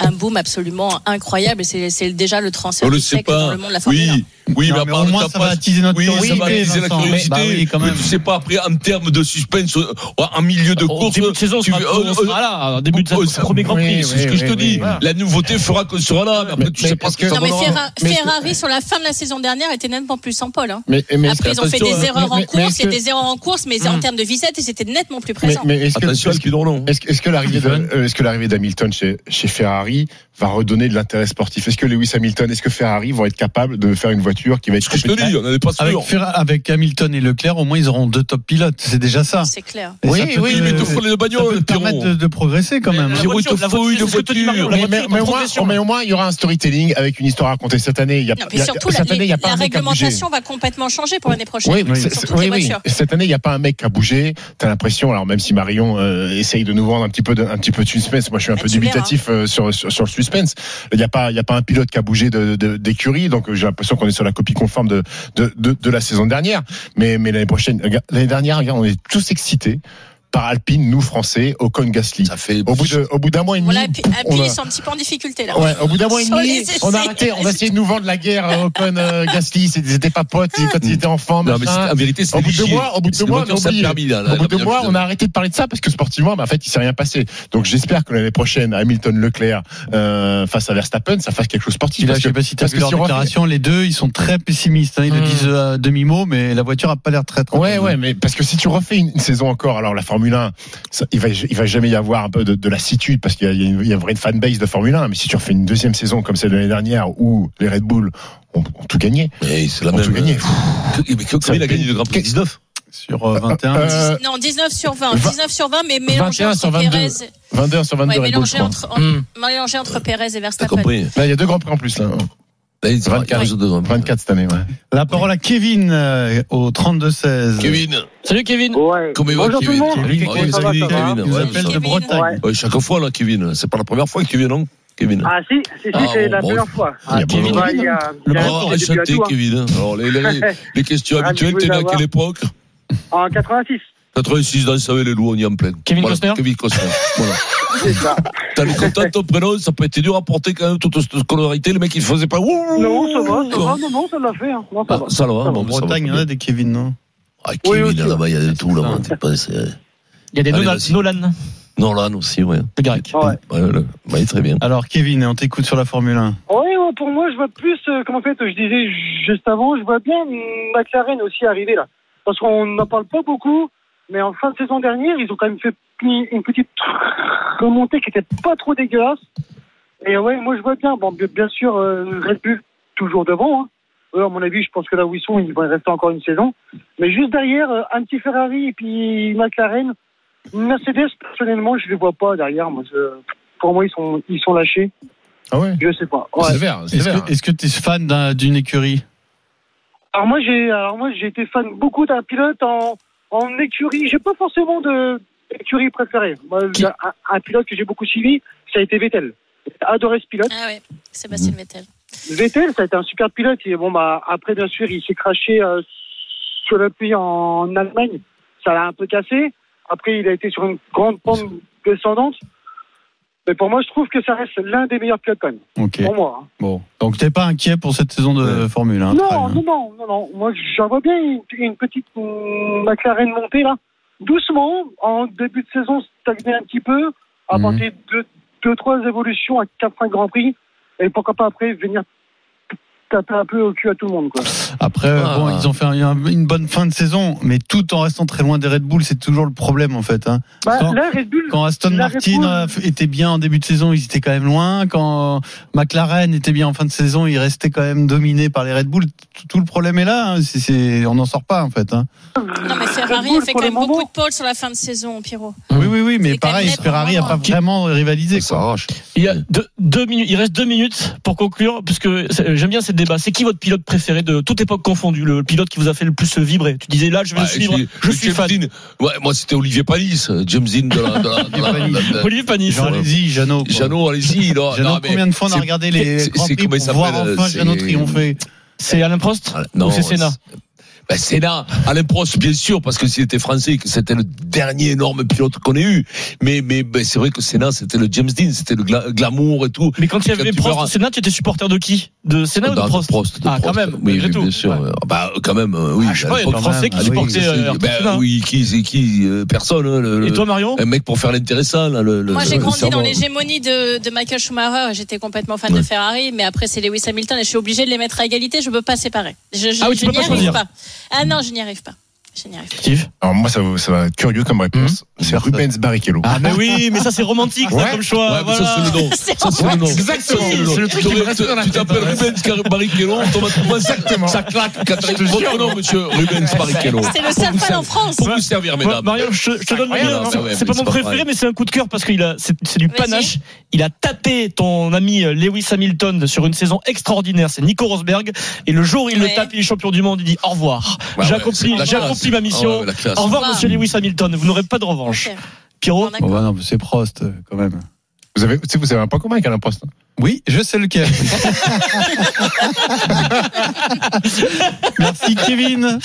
S4: un boom absolument incroyable. et C'est c'est déjà le transfert
S3: On Oh, le
S4: du
S3: sait
S4: siècle dans
S3: pas.
S4: le monde de la hein. Formule
S3: Oui, oui,
S6: Non,
S3: mais à
S6: mais
S3: part
S6: au
S3: le
S6: moins, ça
S3: tapage-
S6: va attiser notre
S3: oui, ça
S6: curiosité,
S3: va attiser la
S6: Vincent.
S3: curiosité.
S6: Bah oui, quand
S3: mais
S6: même.
S3: tu sais pas après en termes de suspense euh, en milieu de
S7: Au
S3: course.
S7: début de saison, on
S3: tu-
S7: sera-
S6: oh,
S3: euh,
S7: on sera
S3: euh,
S7: là, au début de
S3: euh,
S7: saison, premier Grand Prix,
S3: oui,
S7: c'est
S3: c'est ce
S7: oui,
S3: que je te
S7: oui,
S3: dis.
S7: oui, voilà.
S3: La nouveauté fera qu'on sera là, mais après
S5: Mais-
S3: tu sais
S5: mais
S3: pas ce
S5: est-ce
S3: que
S5: que-
S3: ça
S4: Non, mais
S3: donnera.
S4: Ferra-
S5: mais c'est-
S4: Ferrari sur la fin de la saison dernière était nettement plus sans Paul. hein.
S5: Mais, mais
S4: Après, ils ont fait
S3: attention,
S4: des
S3: hein.
S4: erreurs en
S5: Mais- mais
S4: course,
S5: est-ce
S4: il y a
S5: que- Hum.
S4: des erreurs en course, mais en termes de visette, ils étaient nettement plus
S5: Mais,
S4: présents.
S5: mais est-ce que,
S3: Attention à ce
S5: est-ce que,
S3: qu'ils auront.
S5: est-ce que- est-ce que l'arrivée de- euh, est-ce que l'arrivée d'Hamilton chez, chez Ferrari va redonner de l'intérêt sportif Est-ce que Lewis Hamilton, est-ce que Ferrari vont être capables de faire une voiture qui va être
S3: Ce que je te
S5: compétitive
S3: dis, on n'en est pas
S6: Avec,
S3: sûr.
S6: Ferra- avec Hamilton et Leclerc, au moins ils auront deux top pilotes. C'est déjà ça.
S4: C'est clair.
S6: Et
S5: Oui,
S6: ça peut
S5: oui,
S6: te-
S3: mais il te
S6: ça
S3: faut les
S6: peut
S3: bagnoles,
S6: te permettre
S3: Pierrot.
S6: de, de progresser quand même. hein.
S7: la
S3: Pierrot, il
S7: voiture,
S3: te
S7: la
S3: faut
S7: voiture,
S3: une
S7: c'est ce que te dit Mario,
S3: voiture.
S7: la
S5: mais, mais-
S7: voiture est
S5: mais
S7: en
S5: au moins,
S7: progression.
S5: mais au moins, il y aura un storytelling avec une histoire à raconter. Cette année, il y a,
S4: Non,
S5: il y
S4: puis
S5: a-
S4: surtout, la,
S5: cette année, il y a pas
S4: la
S5: un mec à bouger.
S4: réglementation va complètement changer pour l'année prochaine.
S5: Oui, mais
S4: sur
S5: c'est-
S4: toutes
S5: oui,
S4: les
S5: oui.
S4: voitures.
S5: cette année, il n'y a pas un mec à bouger. T'as l'impression, alors même si Marion euh, essaye de nous vendre un petit peu de, un petit peu de suspense, moi je suis un
S4: Bah,
S5: peu
S4: tu verras.
S5: dubitatif euh, sur, sur, sur le suspense. Il n'y a pas, il y a pas un pilote qui a bougé de- de- d'écurie, donc euh, j'ai l'impression qu'on est sur la copie conforme de, de, de, de la saison dernière. Mais, mais l'année prochaine, regarde, l'année dernière, regarde, on est tous excités par Alpine, nous Français, Ocon Gasly.
S3: Ça fait
S5: Au bout de- au bout d'un mois et demi,
S4: Voilà, puis-
S5: on
S4: puis
S5: a-
S4: ils sont un petit peu en difficulté là.
S5: Ouais, au bout d'un mois et
S4: Sur
S5: demi,
S4: les essais.
S5: on a arrêté. On a essayé de nous vendre la guerre euh, Ocon euh, Gasly. c'est- Ils n'étaient pas potes ils- quand ils étaient enfants.
S3: Non, mais c'est-
S5: machin.
S3: en vérité, c'est
S5: Au bout de
S3: léger.
S5: deux mois, au bout de
S3: C'est
S5: deux
S3: une
S5: mois,
S3: voiture
S5: on a
S3: sans
S5: oublié.
S3: permis, là, la
S5: au bout de deux
S3: dernière
S5: mois,
S3: finale.
S5: on a arrêté de parler de ça parce que sportivement, bah, en fait, il s'est rien passé. Donc j'espère que l'année prochaine, Hamilton Leclerc euh, face à Verstappen, ça fasse quelque chose de sportif.
S6: Puis là,
S5: parce
S6: je sais
S5: que-
S6: pas si tu as
S5: parce
S6: vu
S5: que
S6: leur
S5: si on refait-
S6: déclaration, les deux, ils sont très pessimistes. hein. Ils le
S5: Hmm.
S6: disent à demi-mot, mais la voiture a pas l'air très très
S5: Ouais,
S6: bonne.
S5: ouais, mais parce que si tu refais une, une saison encore, alors la Formule 1, ça, il va, il va jamais y avoir un peu de, de lassitude parce qu'il y a, il y a une, il y a une vraie fanbase de Formule 1. Mais si tu refais une deuxième saison comme celle de l'année dernière où les Red Bull ont, ont tout gagné,
S3: Mais c'est la
S5: ont
S3: même.
S5: tout gagné.
S3: Mais quand il a gagné le Grand Prix 19
S6: Sur euh, 21.
S5: Euh,
S4: Non, 19 sur 20.
S5: vingt-
S4: 19 sur 20, mais mélangé
S5: 21
S4: entre
S5: sur 22.
S4: Pérez.
S5: 22 sur 22
S4: Ouais,
S5: Red Bull, je
S4: mélangé
S5: crois. Hum.
S4: entre, en- mélangé entre Pérez et
S3: T'as
S4: Verstappen.
S3: compris
S5: Là, il y a deux grands prix en plus, là.
S3: Là, il sera
S5: 24.
S3: 15 de Grand Prix.
S5: 24 cette année, ouais.
S6: La parole à Kevin euh, au 32-16.
S3: Kevin,
S7: Salut Kevin.
S11: Ouais.
S3: comment il va
S11: Bonjour tout le
S3: Kevin
S11: monde.
S5: Kevin,
S3: Ouais,
S5: Kevin,
S11: ça va,
S3: salut,
S11: ça va.
S3: Kevin.
S6: Il nous
S3: Ouais,
S6: appelle de
S4: Kevin.
S6: Bretagne.
S11: Ouais.
S3: Ouais, chaque fois, là, Kevin. C'est pas la première fois que tu viens, non Kevin
S11: Ah si, si, si,
S3: Ah,
S11: c'est
S3: bon,
S11: la
S3: bon.
S11: première fois.
S5: Ah,
S11: tu
S5: bon.
S11: vois, il y a, il y a un
S3: Oh,
S11: petit début à
S3: enchanté,
S11: tout, hein.
S3: Kevin. hein. Alors, les, les- les questions
S11: Ravi de
S3: habituelles,
S11: Ah, vous
S3: t'es né à
S11: avoir.
S3: quelle époque
S11: En 86,
S3: 86 dans Savait les loups, on y est en plein.
S7: Kevin
S3: Voilà,
S7: Costner
S3: Kevin Costner. Voilà.
S11: c'est ça.
S3: T'as le content de ton prénom, ça peut être dur à porter quand même toute cette scolarité. Le mec, il faisait pas. Ouh
S11: Non, ça va, ça va,
S3: Non.
S11: non, non, ça l'a fait. Hein. Non, ça
S3: Ah,
S11: va. Ça
S3: ça va, bon,
S6: En
S3: mais ça va.
S6: Bretagne, il y en a des Kevin, non
S3: Ah,
S11: Oui,
S3: Kevin,
S11: aussi,
S3: là, là-bas, il y a de tout, là-bas, t'es pas. c'est-
S7: Il y a des
S3: Allez,
S7: Nolan,
S3: vas-y.
S7: Nolan,
S3: Nolan aussi, ouais.
S7: le grec.
S11: Ouais.
S3: Ouais, là, ouais, très bien.
S6: Alors, Kevin, on t'écoute sur la Formule 1.
S11: Oui, ouais, pour moi, je vois plus, euh, comme en fait, je disais juste avant, je vois bien McLaren aussi arriver là. Parce qu'on n'en parle pas beaucoup, mais en fin de saison dernière, ils ont quand même fait une une petite remontée qui était pas trop dégueulasse. Et ouais, moi, je vois bien. Bon, bien- bien sûr, euh, Red Bull toujours devant. Hein. Eux, à mon avis, je pense que là où ils sont, ils vont y rester encore une saison. Mais juste derrière, euh, un petit Ferrari et puis McLaren. Mercedes, personnellement, je les vois pas derrière. Moi, je- pour moi, ils sont, ils sont lâchés.
S5: Ah ouais?
S11: Je sais pas.
S5: C'est
S11: Ouais.
S5: Sévère,
S6: Est-ce
S3: hein.
S5: sévère.
S6: que- est-ce que tu es fan d'un- d'une écurie
S11: Alors moi j'ai alors moi j'ai été fan beaucoup d'un pilote en en écurie. J'ai pas forcément de écurie préférée. Moi, j'ai un, un pilote que j'ai beaucoup suivi, ça a été Vettel. J'ai adoré ce pilote.
S4: Ah ouais, Sébastien
S5: Hum.
S4: Vettel.
S11: Vettel, ça a été un super pilote. Et bon bah après bien sûr il s'est craché euh, sur la pluie en Allemagne. Ça l'a un peu cassé. Après il a été sur une grande pente descendante. Mais pour moi je trouve que ça reste l'un des meilleurs pilotes quand même.
S6: Ok.
S11: Pour moi. hein.
S6: Bon. Donc, t'es pas inquiet pour cette saison de Formule hein. 1 très
S11: Non,
S6: bien.
S11: non, non, non, non. Moi, j'en vois bien une, une petite mm, McLaren montée, là. Doucement, en début de saison, stagner un petit peu, apporter
S6: Mhm.
S11: deux, deux, trois évolutions à quatre, cinq grands prix, et pourquoi pas après venir taper un peu au cul à tout le monde. Quoi.
S6: Après,
S11: Ah.
S6: bon, ils ont fait un- une bonne fin de saison, mais tout en restant très loin des Red Bull, c'est toujours le problème en fait. hein.
S11: Bah,
S6: Quand-
S11: là, Red Bull,
S6: Quand Aston
S11: la
S6: Martin
S11: réponse-
S6: euh, était bien en début de saison, ils étaient quand même loin. Quand McLaren était bien en fin de saison, ils restaient quand même dominés par les Red Bull. Tout- Tout le problème est là. hein. C'est- c'est- on n'en sort pas en fait. hein.
S4: Non, mais Ferrari a fait quand même beaucoup de pôles sur la fin de saison, Pierrot.
S6: Oui, oui, oui, mais
S4: C'est quand
S6: pareil,
S4: même hein. net
S6: Ferrari n'a
S4: pour
S6: pas vraiment rivalisé. quoi.
S7: Il, y a deux, deux minutes, il reste deux minutes pour conclure, puisque c'est- j'aime bien ce débat. C'est qui votre pilote préféré de toute époque confondue, le pilote qui vous a fait le plus vibrer Tu disais là, je vais
S3: Bah,
S7: le suivre,
S3: j'ai-
S7: je
S3: j'ai
S7: suis
S3: James
S7: fan.
S3: Dean. Ouais, moi, c'était Olivier Panis. James Dean de la. de la- de la- de la- de la-
S7: Olivier Panis.
S6: Genre, allez-y, Jeannot. quoi.
S3: Jeannot, allez-y. non,
S6: Jeannot,
S3: non, mais
S6: combien de fois on a
S3: c'est-
S6: regardé les
S3: c'est-
S6: grands
S3: c'est
S6: prix
S3: comment il
S6: pour voir
S3: s'appelle,
S6: enfin
S3: c'est-
S6: Jeannot triompher
S7: C'est Alain Prost
S3: Ah, Non,
S7: Ou c'est Senna
S3: c'est- Ben, Senna, Alain Prost, bien sûr, parce que s'il était français, que c'était le dernier énorme pilote qu'on ait eu. Mais, mais ben, c'est vrai que Senna, c'était le James Dean, c'était le gla- glamour et tout.
S7: Mais quand il y avait
S3: tu
S7: Prost,
S3: verras-
S7: Senna, tu étais supporter de qui De Senna ou de
S3: Non,
S7: Prost
S3: Bah, de
S7: Ah, quand
S3: Prost.
S7: même,
S3: Oui,
S7: malgré
S3: oui,
S7: tout.
S3: bien sûr.
S7: Ouais.
S3: Bah, quand même, euh, oui.
S7: Ah, je sais
S3: à
S7: pas, il y a
S3: l'époque,
S7: un
S3: quand
S7: Français qui
S3: même,
S7: supportait,
S3: à l'époque, c'est-
S7: euh,
S3: ben,
S7: Argentina.
S3: oui, qui, c'est qui, euh, personne. hein, le-
S7: Et toi, Marion
S3: Un mec pour faire l'intéressant, là, le- le-
S4: Moi, j'ai
S3: le
S4: grandi
S3: cerveau.
S4: dans l'hégémonie de, de Michael Schumacher et j'étais complètement fan de Ferrari, mais après, c'est Lewis Hamilton et je suis obligée de les mettre à égalité, je peux pas séparer. Je, je-
S7: Ah oui,
S4: je
S7: tu peux
S4: n'y
S7: pas
S4: arrive
S7: choisir.
S4: pas. Ah non, je n'y arrive pas. Je n'y arrive pas.
S7: Steve
S5: Alors moi, ça, va- ça va être curieux comme réponse.
S3: Hmm.
S5: C'est Rubens Barrichello.
S7: Ah, mais oui, mais ça, c'est romantique, ça,
S5: Ouais.
S7: comme choix.
S3: Ouais, mais ça,
S7: voilà.
S3: c'est le nom. Ça, c'est le nom.
S5: Exactement.
S3: Ça, le nom.
S5: C'est le truc qui me
S3: T'aurais-
S5: reste dans la
S3: Tu
S5: tête.
S3: t'appelles Rubens Car- Barrichello, on t'en va trouver un sac.
S5: Exactement.
S3: Ça claque. Quand
S5: Je te
S3: t'arrives votre
S5: jure.
S3: nom, monsieur Rubens Barrichello.
S4: C'est le seul fan en France.
S3: Pour vous servir,
S7: Moi,
S3: mesdames.
S7: Marion, je, je te donne le
S3: incroyable,
S7: mien.
S3: hein.
S7: C'est-
S3: Ah ouais,
S7: c'est pas
S3: mais
S7: mon
S3: c'est pas
S7: préféré,
S3: vrai.
S7: mais c'est un coup de cœur parce qu'il a, c'est c'est du
S4: Vas-y.
S7: panache. Il a tapé ton ami euh, Lewis Hamilton sur une saison extraordinaire. C'est Nico Rosberg. Et le jour où il
S4: Ouais.
S7: le tape, il est champion du monde. Il dit au revoir.
S3: Ouais,
S7: J'ai
S3: ouais, c'est
S7: accompli,
S3: la
S7: j'ai
S3: classe.
S7: accompli ma
S3: Ah
S7: mission.
S3: ouais, la classe.
S7: Au revoir,
S4: Au revoir.
S7: monsieur Lewis Hamilton. Vous n'aurez pas de revanche.
S4: Ok.
S7: Pierrot,
S4: Bon,
S6: Bon,
S4: d'accord.
S6: bah non, mais c'est Prost euh, quand même.
S5: Vous avez, tu sais, vous avez un point commun avec Alain Prost. hein.
S6: Oui, je sais lequel. Merci Kevin.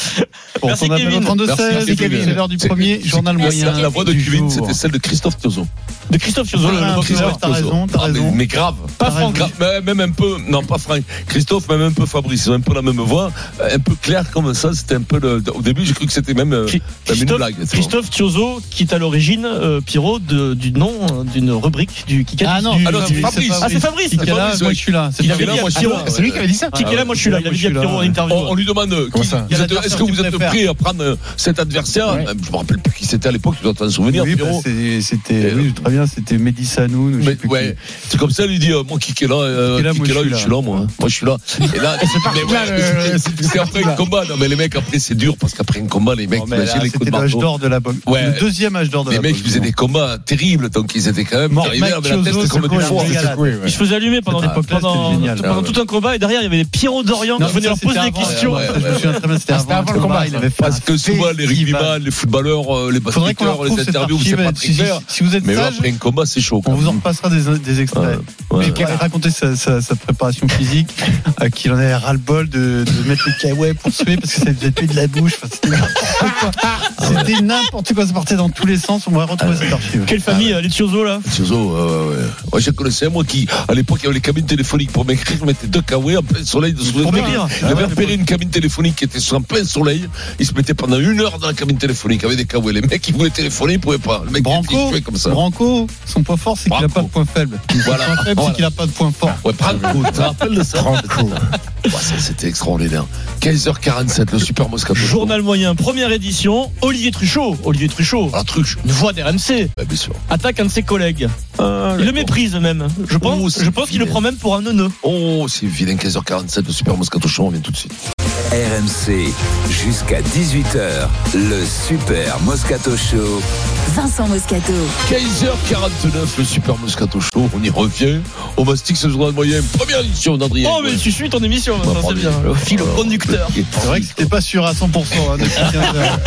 S6: Pour
S7: Merci,
S6: ton appel au
S7: Kevin.
S6: 32
S3: Merci,
S6: 16,
S3: Kevin.
S6: c'est l'heure du
S3: C'est-
S6: premier journal
S4: c'est-
S6: moyen.
S4: c'est-
S3: La voix de
S6: du
S3: Cuvine,
S6: jour.
S3: c'était celle de Christophe Tozon.
S7: de Christophe Fiozzo, le
S6: Ah,
S7: boxeur.
S6: Christophe, t'as raison, t'as
S3: Ah, mais-
S6: raison.
S3: Mais grave.
S6: T'as
S7: Pas
S6: raison.
S7: Franck.
S3: Gra- mais Même un peu, non pas Franck, Christophe, même un peu Fabrice, ils ont un peu la même voix, euh, un peu clair comme ça, c'était un peu le- Au début, j'ai cru que c'était même euh,
S7: Qui-
S3: même une
S7: Christophe,
S3: blague. c'est bon.
S7: Christophe Tiozzo, qui est à l'origine, euh, Pierrot, de- du nom euh, d'une rubrique du Kikat.
S6: Ah non,
S7: du-
S3: Ah non, c'est
S6: c'est
S3: Fabrice.
S6: Fabrice.
S7: Ah, c'est Fabrice.
S6: Qui est là,
S3: Fabrice,
S6: moi
S3: ouais.
S6: je suis là. C'est
S7: Il
S3: Ah, mais
S7: avait
S3: là,
S7: dit à
S3: moi, je suis
S7: Pierrot,
S3: là.
S7: euh,
S5: C'est lui qui avait dit ça
S7: Qui qui est là, moi je suis là. Il
S6: Ah Moi,
S7: avait
S6: je
S7: dit à
S6: suis là. Oh,
S7: Pierrot en interview.
S3: On, on lui demande euh,
S5: Comment
S3: qui-
S5: ça
S3: vous êtes-
S6: Quel
S3: est-ce que
S6: adversaire
S3: vous
S6: tu
S3: êtes
S6: préfères
S3: prêt à prendre euh, cet adversaire
S6: Ouais.
S3: Euh, Je me rappelle plus qui c'était à l'époque, tu dois t'en souvenir,
S6: Oui, bah,
S3: Pierrot.
S6: c'est- c'était oui, très bien, c'était Mehdi Sanoun, ou je Eh, sais
S3: Mais,
S6: plus
S3: ouais,
S6: qui.
S3: c'est comme ça, il lui dit euh, Moi, qui qui est là, euh,
S6: Qui est là,
S3: qui
S6: moi,
S3: qui est
S6: je
S3: là,
S6: suis
S3: je
S6: là.
S3: suis là, moi. hein. Moi, je suis là. Et là, mais ouais,
S5: là, le-
S3: c'est- c'est après un combat. Non, mais les mecs, après, c'est dur parce qu'après un combat, les mecs,
S6: Non, mais là,
S3: imagine les coups
S6: C'était
S3: de
S6: l'âge
S3: marteau.
S6: d'or de la boxe.
S3: Ouais.
S6: Le deuxième âge d'or de
S3: Les
S6: la
S3: mecs,
S6: boxe.
S3: ils faisaient des combats terribles, donc ils étaient quand même
S6: Mort-
S3: arrivés avec la
S6: Mike
S3: tête
S6: Chiozo,
S3: comme
S6: c'est
S3: des
S6: quoi,
S3: fours.
S6: la régalade.
S5: Oui, ouais.
S7: Il se faisait allumer pendant,
S6: Cette
S7: les-
S6: époque-là,
S7: pendant-
S6: c'était génial.
S7: pendant tout un combat et derrière il y avait les Pierrot d'Orient
S6: Non,
S7: qui venaient
S6: ça,
S7: leur poser
S6: c'était
S7: des
S6: avant,
S7: questions.
S6: ouais, ouais, je me souviens très bien, c'était
S5: C'était
S6: avant le combat. Il avait fait
S3: Parce
S6: un
S3: que souvent, les
S6: festival.
S3: rugbyman, les footballeurs, euh, les
S6: Faudrait qu'on
S3: basketteurs,
S6: retrouve
S3: les
S6: cette
S3: interviews,
S6: archive.
S3: c'est pas très
S6: Si, si-
S3: clair.
S6: si vous êtes
S3: Mais ouais,
S6: sage,
S3: après un combat, c'est chaud.
S6: on
S3: quand
S6: vous en
S3: même.
S6: repassera des, des extraits.
S3: Ouais.
S6: Mais Pierre a raconté sa, sa- sa préparation physique, euh, qu'il en avait ras-le-bol de, de mettre le kawaii pour suer parce que ça faisait tuer de la bouche. Enfin, c'était n'importe quoi. C'était n'importe quoi, ça partait dans tous les sens. On va retrouver cette archive.
S7: Quelle famille, euh, les Tiozzo là
S3: Tiozo, ouais, ouais, ouais. Moi, je connaissais un, moi qui, à l'époque, il y avait les cabines téléphoniques pour m'écrire. Je mettais deux kawaii en plein soleil de sous
S7: Pour m'écrire.
S3: Il avait repéré une cabine téléphonique qui était sur un plein soleil. Il se mettait pendant une heure dans la cabine téléphonique avec des kawaii. Les mecs, ils voulaient téléphoner, ils pouvaient pas. Le mec, il était
S6: Branco,
S3: tué comme ça.
S6: Branco, son point fort, c'est qu'il n'a
S3: Branco.
S6: pas de point faible.
S3: Voilà.
S6: Son point faible,
S3: Voilà.
S6: c'est qu'il n'a pas de point fort.
S3: Ouais, Branco, tu te rappelles de ça Ouais, ça, C'était extraordinaire. 15h47, le Super Moscato. Show.
S7: Journal moyen, première édition, Olivier Truchot. Olivier Truchot,
S3: Ah, truc.
S7: une voix d'RMC,
S3: Ouais, bien sûr.
S7: attaque un de ses collègues.
S6: Ah,
S7: Il le méprise même. Je
S3: Oh,
S7: pense,
S3: c'est
S7: je pense qu'il le
S3: vilain.
S7: prend même pour un neuneu.
S3: Oh, c'est vilain, 15h47, le Super Moscato Show, on vient tout de suite.
S2: RMC jusqu'à 18h, le Super Moscato Show.
S1: Vincent Moscato.
S3: 15h49, le Super Moscato Show, on y revient. Au Mastic, ce journal moyen, première édition d'Adrien.
S7: Oh, mais tu suis ton émission,
S3: On va
S7: Vincent,
S3: parler-
S7: c'est bien. Le fil
S3: Alors,
S7: conducteur.
S6: C'est vrai que c'était pas sûr à 100% hein, depuis 15 heures.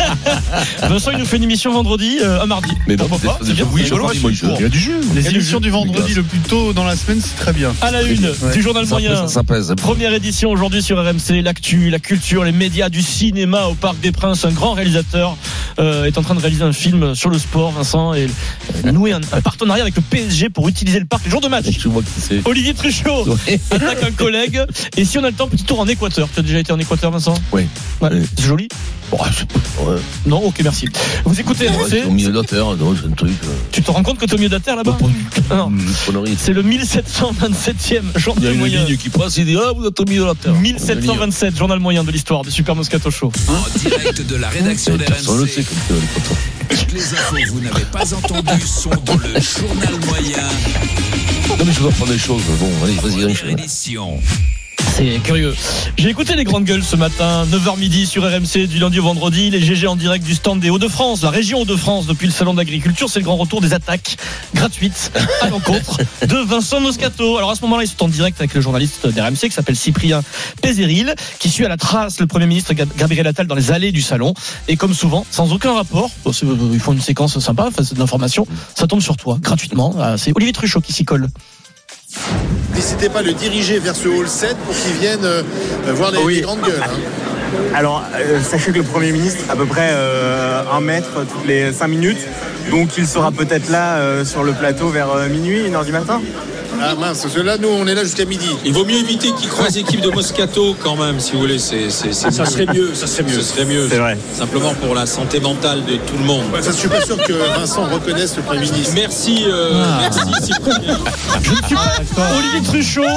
S7: Vincent, il nous fait une émission vendredi, euh, un mardi.
S3: Mais non,
S7: Pourquoi
S3: mais
S7: pas
S3: c'est-
S7: C'est bien.
S3: oui,
S7: Mais
S3: je
S7: voilà,
S3: parle,
S7: je
S3: moi,
S7: suis
S3: je-
S7: pour.
S5: Il y a du jeu.
S6: Les
S7: Et
S6: émissions
S7: le-
S6: du vendredi
S3: les
S6: le plus tôt dans la semaine, c'est très bien.
S7: À la une
S6: Ouais.
S7: du journal
S3: Ça
S7: moyen.
S3: pèse, ça pèse.
S7: Première édition aujourd'hui sur RMC, l'actu, la culture, les médias, du cinéma au Parc des Princes. Un grand réalisateur euh, est en train de réaliser un film sur le sport, Vincent, et euh, nouer un, un partenariat avec le PSG pour utiliser le parc le jour de match.
S3: Je vois qui c'est.
S7: Olivier Truchot
S3: Ouais.
S7: attaque un collègue. Et si on a le temps, petit tour en Équateur. Tu as déjà été en Équateur, Vincent
S3: Oui.
S7: Ouais.
S3: Oui.
S7: C'est joli.
S3: Bon, c'est- ouais.
S7: Non, ok, merci. Vous écoutez
S3: Ouais,
S7: RMC
S3: c'est au milieu de la terre, non, c'est un truc. euh,
S7: Tu te rends compte que t'es au milieu de la terre là-bas Ah non.
S3: une connerie.
S7: C'est le 1727e
S3: Il y a
S7: journal
S3: une
S7: moyen.
S3: ligne qui passe, il dit Ah, vous êtes au milieu de la terre. Une ligne.
S7: 1727, journal moyen de l'histoire du Super Moscato Show.
S2: En direct de la rédaction
S3: Personne ne le sait
S2: d'RMC,
S3: comme ça, les potes.
S2: toutes les infos que vous n'avez pas entendues sont dans le journal moyen,
S3: Non, mais je dois prendre des choses. Bon, allez, vas-y,
S2: première
S3: Richard.
S2: édition.
S7: C'est curieux. J'ai écouté les grandes gueules ce matin, 9h midi sur RMC, du lundi au vendredi, les GG en direct du stand des Hauts-de-France, la région Hauts-de-France depuis le salon d'agriculture. C'est le grand retour des attaques gratuites à l'encontre de Vincent Moscato. Alors à ce moment-là, ils sont en direct avec le journaliste d'RMC qui s'appelle Cyprien Pézéril, qui suit à la trace le Premier ministre Gab- Gabriel Attal dans les allées du salon. Et comme souvent, sans aucun rapport, parce que, euh, ils font une séquence sympa, enfin, c'est de l'information, ça tombe sur toi, gratuitement. Ah, C'est Olivier Truchot qui s'y colle.
S8: N'hésitez pas à le diriger vers ce hall 7 pour qu'il vienne euh, voir les,
S12: Oui.
S8: les grandes gueules. hein.
S12: Alors, euh, sachez que le Premier ministre, à peu près euh, un mètre toutes les cinq minutes, donc il sera peut-être là euh, sur le plateau vers euh, minuit, une heure du matin.
S8: Ah mince, cela nous on est là jusqu'à midi.
S13: Il vaut mieux éviter qu'il croise l'équipe de Moscato quand même, si vous voulez. C'est, c'est- c'est- ça serait mieux, ça serait mieux.
S12: C'est vrai.
S13: Simplement pour la santé mentale de tout le monde.
S8: Ouais, ça, je suis pas sûr que Vincent reconnaisse le Premier ministre.
S13: Merci, euh,
S7: Ah.
S13: merci Cyprien.
S7: Je ne suis pas- Olivier Truchot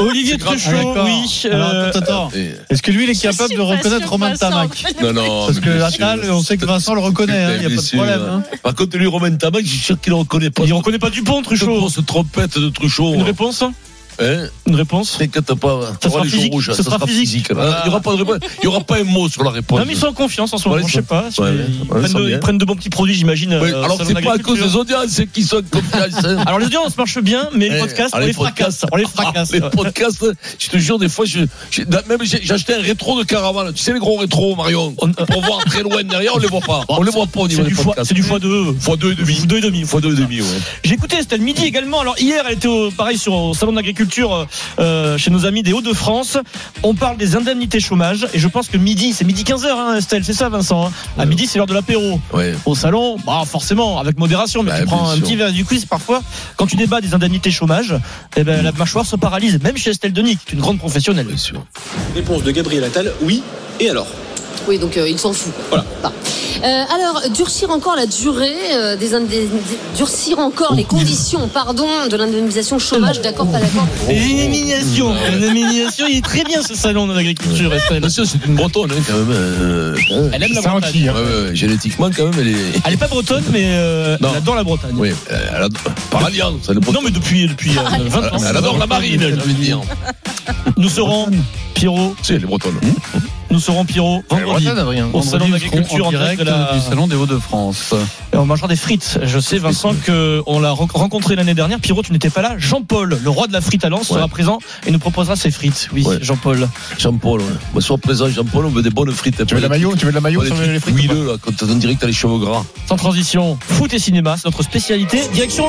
S7: Olivier Truchot, oui. euh,
S6: Alors, attends, attends.
S3: Et-
S6: Est-ce que lui, il est
S4: Je
S6: capable
S4: suis
S6: de
S4: pas
S6: reconnaître
S4: sûre,
S6: Romain
S4: Vincent.
S6: Tamac
S3: Eh, Non, non.
S6: Parce
S3: mais
S6: que
S3: monsieur,
S6: Attal, on sait que Vincent le reconnaît, hein, il n'y a pas de
S3: monsieur,
S6: problème. hein.
S3: Par contre, lui, Romain Tamac, je suis sûr qu'il ne reconnaît pas.
S7: Il reconnaît pas Dupont,
S3: Cette
S7: Truchot.
S3: grosse trompette de Truchot.
S7: Une réponse
S3: Hein
S7: Une réponse
S3: T'inquiète pas,
S7: Ça
S3: t'auras
S7: sera
S3: les joues
S7: physique,
S3: rouges, ça
S7: ça sera physique. Ah.
S3: là. Il n'y aura pas de réponse. Il y aura pas un mot sur la réponse.
S7: Non, mais ils sont en confiance en ce moment,
S3: Ouais,
S7: je sais pas.
S3: ouais,
S7: ils,
S3: ouais,
S7: prennent
S3: ça
S7: de,
S3: bien.
S7: ils prennent de bons petits produits, j'imagine.
S3: Ouais,
S7: euh,
S3: alors
S7: salon
S3: c'est pas à cause
S7: d'agriculture.
S3: des audiences c'est qu'ils sont comme ça. hein.
S7: Alors, les audiences marchent bien, mais les
S3: Eh,
S7: podcasts,
S3: ah,
S7: on les
S3: podcasts.
S7: fracasse. On les fracasse.
S3: Ah, les
S7: ouais.
S3: podcasts, je te jure, des fois, je, j'ai- même j'ai j'ai acheté un rétro de caravane. Tu sais, les gros rétros, Marion,
S7: On-
S3: pour voir très loin derrière, on les voit pas. On les voit pas au niveau
S7: C'est
S3: des
S7: du fois-
S3: podcasts.
S7: c'est du fois deux.
S3: Fois deux et demi.
S7: Deux et demi,
S3: Fois deux et demi, ouais.
S7: J'écoutais, c'était le midi également. Alors hier, elle était au, pareil sur au salon de l'agriculture euh, euh, chez nos amis des Hauts-de-France. On parle des indemnités chômage et je pense que midi, c'est midi 15h, hein, Estelle, c'est ça Vincent hein À
S3: Ouais.
S7: midi, c'est l'heure de l'apéro.
S3: Ouais.
S7: Au salon, bah forcément, avec modération, mais
S3: Bah,
S7: tu prends
S3: bien
S7: un
S3: sûr.
S7: petit verre du quiz parfois. Quand tu débats des indemnités chômage, eh ben, la mâchoire se paralyse, même chez Estelle Denis, qui est une grande professionnelle.
S3: Bien sûr.
S13: Réponse de Gabriel Attal, oui. Et alors
S14: Oui, donc euh, il s'en fout.
S13: Voilà.
S14: Bah. Euh, alors, durcir encore la durée, euh, des indé- durcir encore les conditions, pardon, de l'indemnisation chômage, d'accord, pas d'accord.
S7: Et une élimination, une élimination, il est très bien ce salon de l'agriculture, Estelle.
S3: Bien sûr, c'est une bretonne, hein, quand même. euh, hein.
S7: Elle aime la
S5: C'est un
S7: Bretagne.
S5: qui, hein.
S3: Ouais, ouais, ouais, génétiquement, quand même, elle est.
S7: Elle est pas bretonne, mais euh,
S3: Non.
S7: elle adore la Bretagne.
S3: Oui, elle a- par alliance, elle est
S7: Non,
S3: bretonne.
S7: mais depuis, depuis euh, 20 ans.
S3: Elle adore la marine, j'ai envie de dire.
S7: Hmm. Nous serons, Pierrot,
S3: Si, elle est bretonne.
S7: Hmm. nous serons Pierrot vendredi. Au salon
S6: Vendredi,
S7: d'agriculture
S6: ils seront
S7: en direct de la-
S6: du salon des Hauts-de-France.
S7: Et on mangera des frites. Je sais, Vincent, qu'on l'a ren- rencontré l'année dernière. Pierrot, tu n'étais pas là. Jean-Paul, le roi de la frite à Lens,
S3: Ouais.
S7: sera présent et nous proposera ses frites. Oui,
S3: Ouais.
S7: Jean-Paul.
S3: Jean-Paul, ouais. Bah, sois présent, Jean-Paul, on veut des bonnes frites.
S5: Tu veux de la maillot Tu veux de la maillot
S3: Pas
S5: sur
S3: des
S5: les
S3: frites
S5: frites ou pas
S3: huileux, là, quand on dirait que t'as les cheveux gras.
S7: Sans transition, foot et cinéma, c'est notre spécialité. Direction.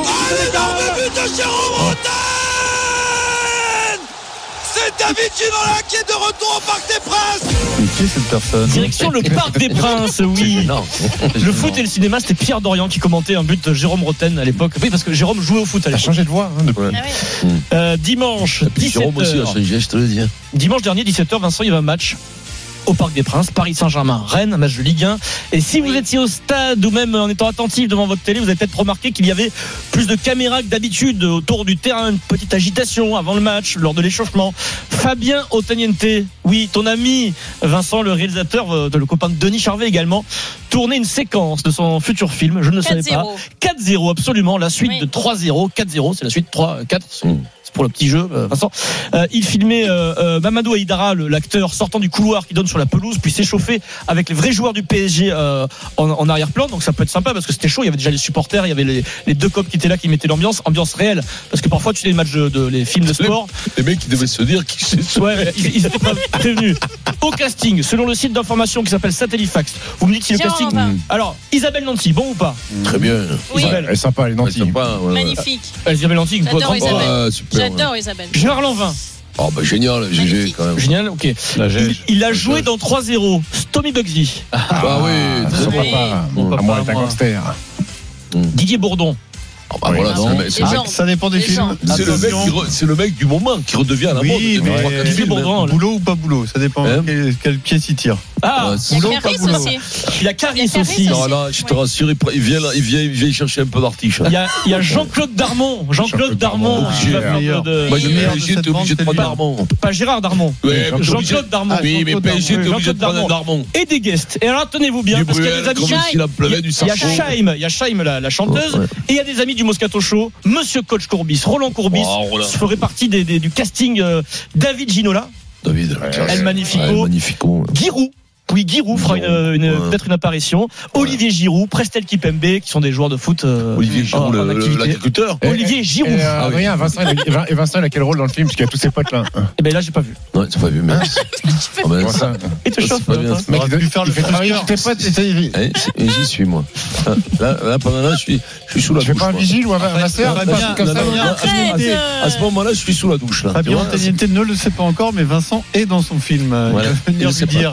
S6: Mais qui est cette personne
S7: Direction le Parc des Princes, oui.
S3: Non.
S7: Le foot et le cinéma, c'était Pierre Dorian qui commentait un but de Jérôme Roten à l'époque. Oui, parce que Jérôme jouait au foot à
S5: T'as
S7: l'époque.
S5: changé de voix hein, depuis.
S4: Ah ouais.
S7: Euh, dimanche,
S3: Puis Jérôme aussi, à
S7: 17h.
S3: saint je te le dis. hein.
S7: Dimanche dernier, 17h, Vincent, il y avait un match au Parc des Princes, Paris Saint-Germain, Rennes, un match de Ligue 1. Et si vous étiez au stade ou même en étant attentif devant votre télé, vous avez peut-être remarqué qu'il y avait plus de caméras que d'habitude autour du terrain, une petite agitation avant le match, lors de l'échauffement. Fabien Otaniente, oui, ton ami Vincent, le réalisateur, euh, de le copain de Denis Charvet également, tournait une séquence de son futur film, je ne le savais pas.
S4: 4-0.
S7: 4-0, absolument. La suite
S4: Oui.
S7: de 3-0. 4-0, c'est la suite 3-4. C'est
S3: Mm.
S7: c'est pour le petit jeu, euh, Vincent. Euh, il filmait euh, euh, Mamadou Aïdara, le- l'acteur sortant du couloir qui donne sur la pelouse, puis s'échauffer avec les vrais joueurs du PSG euh, en, en arrière-plan. Donc ça peut être sympa parce que c'était chaud. Il y avait déjà les supporters, il y avait les, les deux copes qui étaient là qui mettaient l'ambiance, ambiance réelle. Parce que parfois tu fais les matchs de, de- les films de sport.
S3: Les mecs, ils devaient se dire qui c'est ce
S7: Ouais, mais ils, ils étaient pas prévenus. Au casting, selon le site d'information qui s'appelle Satellifax, vous me dites si le
S4: Tiens,
S7: casting.
S4: on va.
S3: Hmm.
S7: Alors Isabelle Nanty, bon ou pas
S3: Très bien.
S4: Oui.
S7: Isabelle.
S5: Elle est sympa, elle est
S3: Ouais,
S5: gentille.
S3: sympa, ouais, ouais.
S4: Magnifique.
S7: Isabelle Nanty,
S4: J'adore
S7: grande-
S4: Isabelle.
S3: Ouais, super. ouais.
S4: J'adore Isabelle.
S7: Gérard Lanvin.
S3: Ah bah génial, GG
S4: Magnifique.
S3: quand même.
S7: Génial, ok. Il, il a joué dans 3-0, Tommy Bugsy,
S3: Bah oui,
S5: Ah,
S3: très
S5: son
S3: bien.
S5: papa.
S7: Mon
S5: Mon
S7: papa,
S5: amour est un
S7: moi.
S5: gangster.
S7: Didier Bourdon.
S3: Ah bah
S5: Oui,
S3: voilà,
S5: non,
S3: c'est le
S5: mais
S3: mec- c'est
S4: les
S3: le mec-
S4: gens.
S6: Ça dépend des
S4: Les gens.
S3: Ah,
S6: films.
S3: c'est le mec qui re- c'est le mec du moment qui redevient à la mode.
S6: Oui,
S3: depuis trois, quatre
S6: mais
S7: Didier
S3: films, hein.
S7: Bourdon, là.
S6: boulot ou pas boulot ça dépend quel, quel pied s'y tire.
S7: Ah,
S4: Il y a Clarisse aussi. Il
S7: Il a Caris
S4: y a Caris
S7: aussi.
S4: aussi.
S3: Non, là, je te rassure, il, pr- il vient, là, il, vient, il vient chercher un peu d'artiche.
S7: Il y a, il y a Jean-Claude Darmon. Jean-Claude Darmon.
S3: Darmon,
S7: qui va
S3: le
S7: faire
S3: meilleur.
S7: de-
S3: Moi, je
S7: de-
S3: mets
S7: de
S3: PSG,
S7: cette
S3: t'es obligé
S7: bande,
S3: de
S7: c'est
S3: prendre
S7: lui.
S3: Darmon.
S7: Pas Gérard Darmon.
S3: Ouais,
S7: Jean-Claude Darmon.
S3: Ah, Oui, mais
S7: Jean-Claude
S3: PSG, t'es
S7: Darmon.
S3: obligé de prendre un Darmon.
S7: Et des guests. Et alors, tenez-vous bien,
S3: Du
S7: parce qu'il y a
S3: Bruel,
S7: des amis.
S3: comme s'il en pleuvait
S7: Il
S3: du
S7: y a- il y a
S3: sarcasme.
S7: Shaim, il y a Shaim, la, la chanteuse. Et il y a des amis du Moscato Show. Monsieur Coach Courbis, Roland Courbis,
S3: Oh, Roland.
S7: qui ferait partie des- des- du casting euh, David Ginola.
S3: David,
S7: El Magnifico.
S3: Ouais, El Magnifico.
S7: Giroud. Oui, Giroud fera une, une- peut-être une apparition. Olivier Giroud, Prestel Kipembe, qui sont des joueurs de foot. euh,
S3: Olivier
S7: en-
S3: Giroud,
S7: en
S3: le- le-
S7: activité.
S3: l'agriculteur.
S7: Olivier Giroud.
S5: Et, euh, Adrien, Vincent, il a- et Vincent, il a quel rôle dans le film Parce qu'il y a tous ses potes là.
S7: Eh ben là, j'ai pas vu.
S3: Non, t'as pas vu, mais. Ah, ben,
S5: Comment ça
S7: Et te
S3: c'est
S7: chauffe,
S3: pas bien,
S7: Valentin.
S3: ça.
S5: Mec,
S7: T'aurais
S5: il doit-
S7: pu faire
S5: il
S7: le
S5: fait travailler
S7: Oscar.
S5: tous tes potes et t'as-
S3: Eh, c'est- et J'y suis, moi. Ah, Là, là, pendant là, je suis, je suis sous la
S5: Tu fais
S3: douche.
S5: pas un
S3: moi.
S5: vigile ou un
S6: Arrête,
S5: master
S6: Fabien,
S5: Bah, Pas un truc comme
S3: Non,
S5: ça,
S3: non, non,
S5: non
S3: à ce moment- À ce moment-là, je suis sous la douche. Là. Tu
S6: Fabien
S3: vois, là, c'est-
S6: Antoniente ne le sait pas encore, mais Vincent est dans son film. euh,
S3: Voilà.
S6: Il va
S3: Il le
S6: venir
S3: sait
S6: lui dire.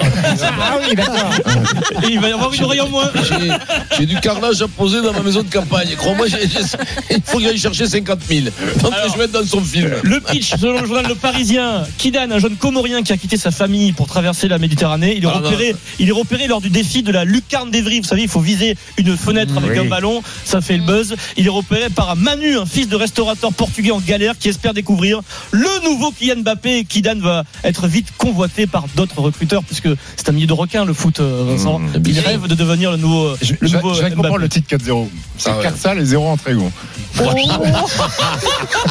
S5: Ah oui, d'accord.
S7: Et il va y avoir une oreille en moins.
S3: J'ai- J'ai du carnage à poser dans ma maison de campagne. Crois-moi, j'ai- j'ai- il faut que j'aille chercher 50 000. Donc,
S7: Alors,
S3: je vais être dans son film.
S7: Le pitch, selon le journal Le Parisien, Kidane, un jeune Comorien qui a quitté sa famille pour traverser la Méditerranée, il est,
S3: Ah,
S7: repéré, il est repéré lors du défi de la lucarne d'Evry. Vous savez, il faut viser une fenêtre avec
S5: Oui.
S7: un ballon, ça fait le buzz. Il est repéré par un Manu, un fils de restaurateur portugais en galère qui espère découvrir le nouveau Kylian Mbappé. Kidane va être vite convoité par d'autres recruteurs, puisque c'est un milieu de requins, le foot, euh, Vincent.
S3: Mmh,
S7: il
S3: bien sûr.
S7: rêve de devenir le nouveau, euh,
S5: Je
S7: le nouveau
S5: je viens de comprendre
S7: Mbappé.
S5: le titre 4-0. C'est
S3: Ah ouais.
S5: 4 salles et 0 entrée, gros.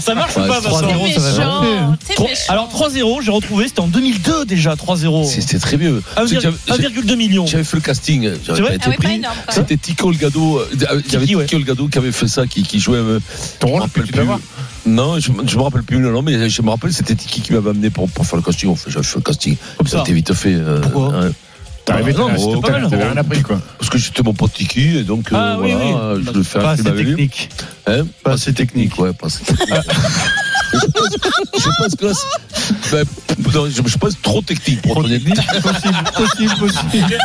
S7: Ça marche ou
S3: Ouais,
S7: pas, Vincent
S3: 3-0,
S4: T'es méchant. T'es
S7: Tro-
S4: méchant.
S7: Alors 3-0, j'ai retrouvé, c'était en 2002 déjà, 3-0.
S3: C'était très vieux.
S7: Ah,
S3: C'est que j'avais- j'ai-
S7: 1,2 million.
S3: J'avais fait le casting, j'avais
S7: vrai
S3: pas
S4: Ah
S3: été
S4: ouais, pas
S3: pris.
S4: énorme, quoi.
S3: C'était Tico le Gado, euh, il y avait
S7: Tiki, ouais.
S3: Tico le Gado qui avait fait ça, qui, qui jouait. euh,
S5: Ton rôle,
S3: je me rappelle
S5: tu dois
S3: plus.
S5: voir.
S3: Non, je, je me rappelle plus le nom, mais je me rappelle c'était Tiki qui m'avait amené pour, pour faire le casting. Enfin, j'avais fait le casting.
S7: Comme ça.
S3: C'était vite fait. euh,
S7: Pourquoi
S3: ouais.
S5: T'es arrivé,
S3: Ah, non,
S5: t'as-
S3: mais c'était
S5: t'as-
S3: pas mal.
S5: t'avais rien appris, quoi.
S3: Parce que j'étais mon pote Tiki, et donc euh,
S7: Ah, oui,
S3: voilà,
S7: oui. Ah,
S3: je le fais
S6: Pas
S3: un film
S6: assez
S3: avec lui.
S6: technique.
S3: Hein
S6: Pas assez technique.
S3: ouais, pas assez technique. Je pense- Je pense que là, c'est- ben, non, je, je pense trop technique pour ton
S6: Possible, possible, possible.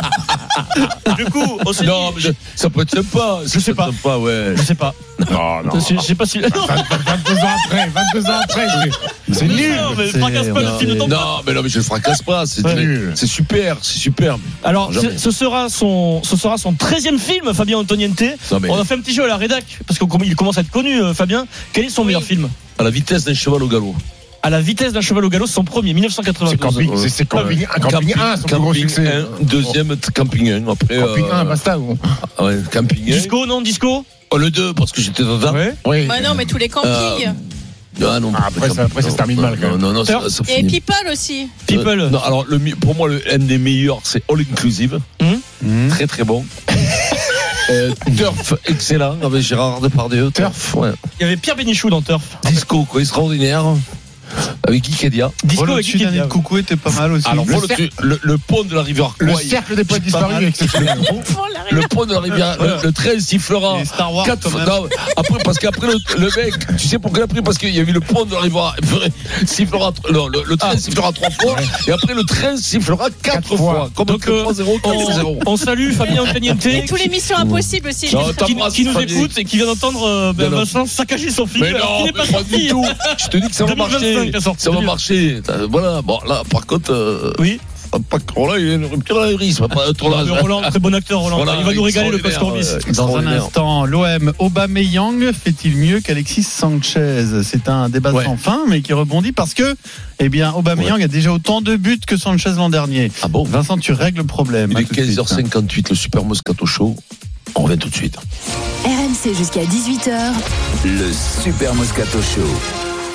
S7: Du coup, on s'est
S3: Non,
S7: dit-
S3: mais je- ça peut être sympa. ça
S7: Je sais
S3: peut être
S7: pas.
S3: Sympa, ouais.
S7: je sais pas.
S5: Non, non.
S7: Je je sais pas si.
S3: Ah,
S7: Non,
S5: 22 ans après, 22 ans après. C'est nul.
S7: non, mais
S6: c'est-
S7: fracasse pas le film de ton
S3: Non, mais non, mais je le fracasse pas. C'est
S7: Ouais.
S3: nul. C'est super, c'est super.
S7: Alors,
S3: Jamais.
S7: ce ce sera son, ce sera son 13e film, Fabien Antoniente.
S3: Non, mais-
S7: On a fait un petit jeu à la rédac, parce qu'il commence à être connu, euh, Fabien. Quel est son meilleur film
S3: À la vitesse d'un cheval au galop.
S7: À la vitesse d'un cheval au galop, son premier,
S5: C'est
S7: 1992.
S5: camping, c'est- c'est camping, un camping 1, son plus gros
S3: Camping
S5: succès. Oh.
S3: 1, deuxième t- camping 1. Après,
S5: Camping bah.
S3: euh,
S5: 1, basta. gros.
S3: ah ouais, camping 1.
S7: Disco, non, disco
S3: Oh, le 2, parce que j'étais dedans.
S7: Ouais.
S5: Oui.
S4: Bah non, mais tous les campings.
S3: Ah non,
S5: Ah, après,
S3: camping-
S5: ça- après, ça se
S3: non,
S5: termine
S3: non,
S5: mal, quand
S3: Non,
S5: même.
S3: non, non, ça,
S7: Alors,
S3: ça
S4: Et
S3: finit.
S4: People aussi.
S7: People.
S3: Euh, non, alors, le, mi- pour moi, le, un des meilleurs, c'est All Inclusive.
S7: Hum.
S3: Très, très bon. Euh, Turf, excellent, avec Ah, Gérard Depardieu. Turf, ouais.
S7: Il y avait Pierre Bénichou dans Turf.
S3: Disco, quoi, extraordinaire. Avec Ikedia.
S7: Disco
S6: Roland
S7: avec
S6: dessus
S7: Kid.
S6: d'année de coucou était pas mal aussi.
S3: Ah, Alors,
S6: Le
S3: pour le,
S5: cercle-
S3: le, le pont de la rivière
S5: Le
S3: Kouaï.
S5: cercle des poètes disparus avec cette
S3: Le pont de la rivière, le, le train sifflera.
S6: Et Star Wars,
S3: Quatre
S6: quand même.
S3: fois- non, après, parce qu'après le, le mec, tu sais pourquoi après Parce qu'il y a eu le pont de la rivière sifflera, non, le, le train sifflera trois fois, et après le train sifflera quatre, fois.
S5: Quatre fois.
S3: Comme
S7: Donc,
S3: Donc,
S7: euh,
S3: 3-0, 4-0
S7: On, on salue Fabien Antoniente.
S4: Et tous les missions impossibles aussi.
S3: Non,
S4: J'ai-
S3: attends.
S7: qui, qui nous
S3: Fabien.
S7: écoute et qui vient d'entendre euh, ben,
S3: Non, non.
S7: Vincent saccager son film.
S3: Mais
S7: alors
S3: non,
S7: qu'il
S3: mais
S7: n'est pas
S3: pas
S7: sorti.
S3: du tout. Je te dis que ça va
S7: 2025
S3: marcher.
S7: la sortie
S3: Ça va
S7: du livre.
S3: marcher. Euh, Voilà, bon, là, par contre, euh,
S7: Oui,
S3: pas que Roland, il y a une rupture à l'anévrisme, pas un tournage.
S7: mais Roland, très bon acteur, Roland.
S3: Voilà,
S7: il va nous régaler le
S3: extraordinaire,
S7: post Corbis.
S3: euh,
S6: Dans un
S3: extraordinaire.
S6: instant, l'OM Aubameyang fait-il mieux qu'Alexis Sanchez C'est un débat
S3: Ouais.
S6: sans fin, mais qui rebondit parce que, eh bien, Aubameyang a déjà autant de buts que Sanchez l'an dernier.
S3: Ah bon
S6: Vincent, tu règles le problème.
S3: Il
S6: À
S3: est
S6: Bah, tout de suite. hein.
S3: 15h58, le Super Moscato Show. On revient tout de suite.
S1: RMC jusqu'à 18h.
S2: Le Super Moscato Show.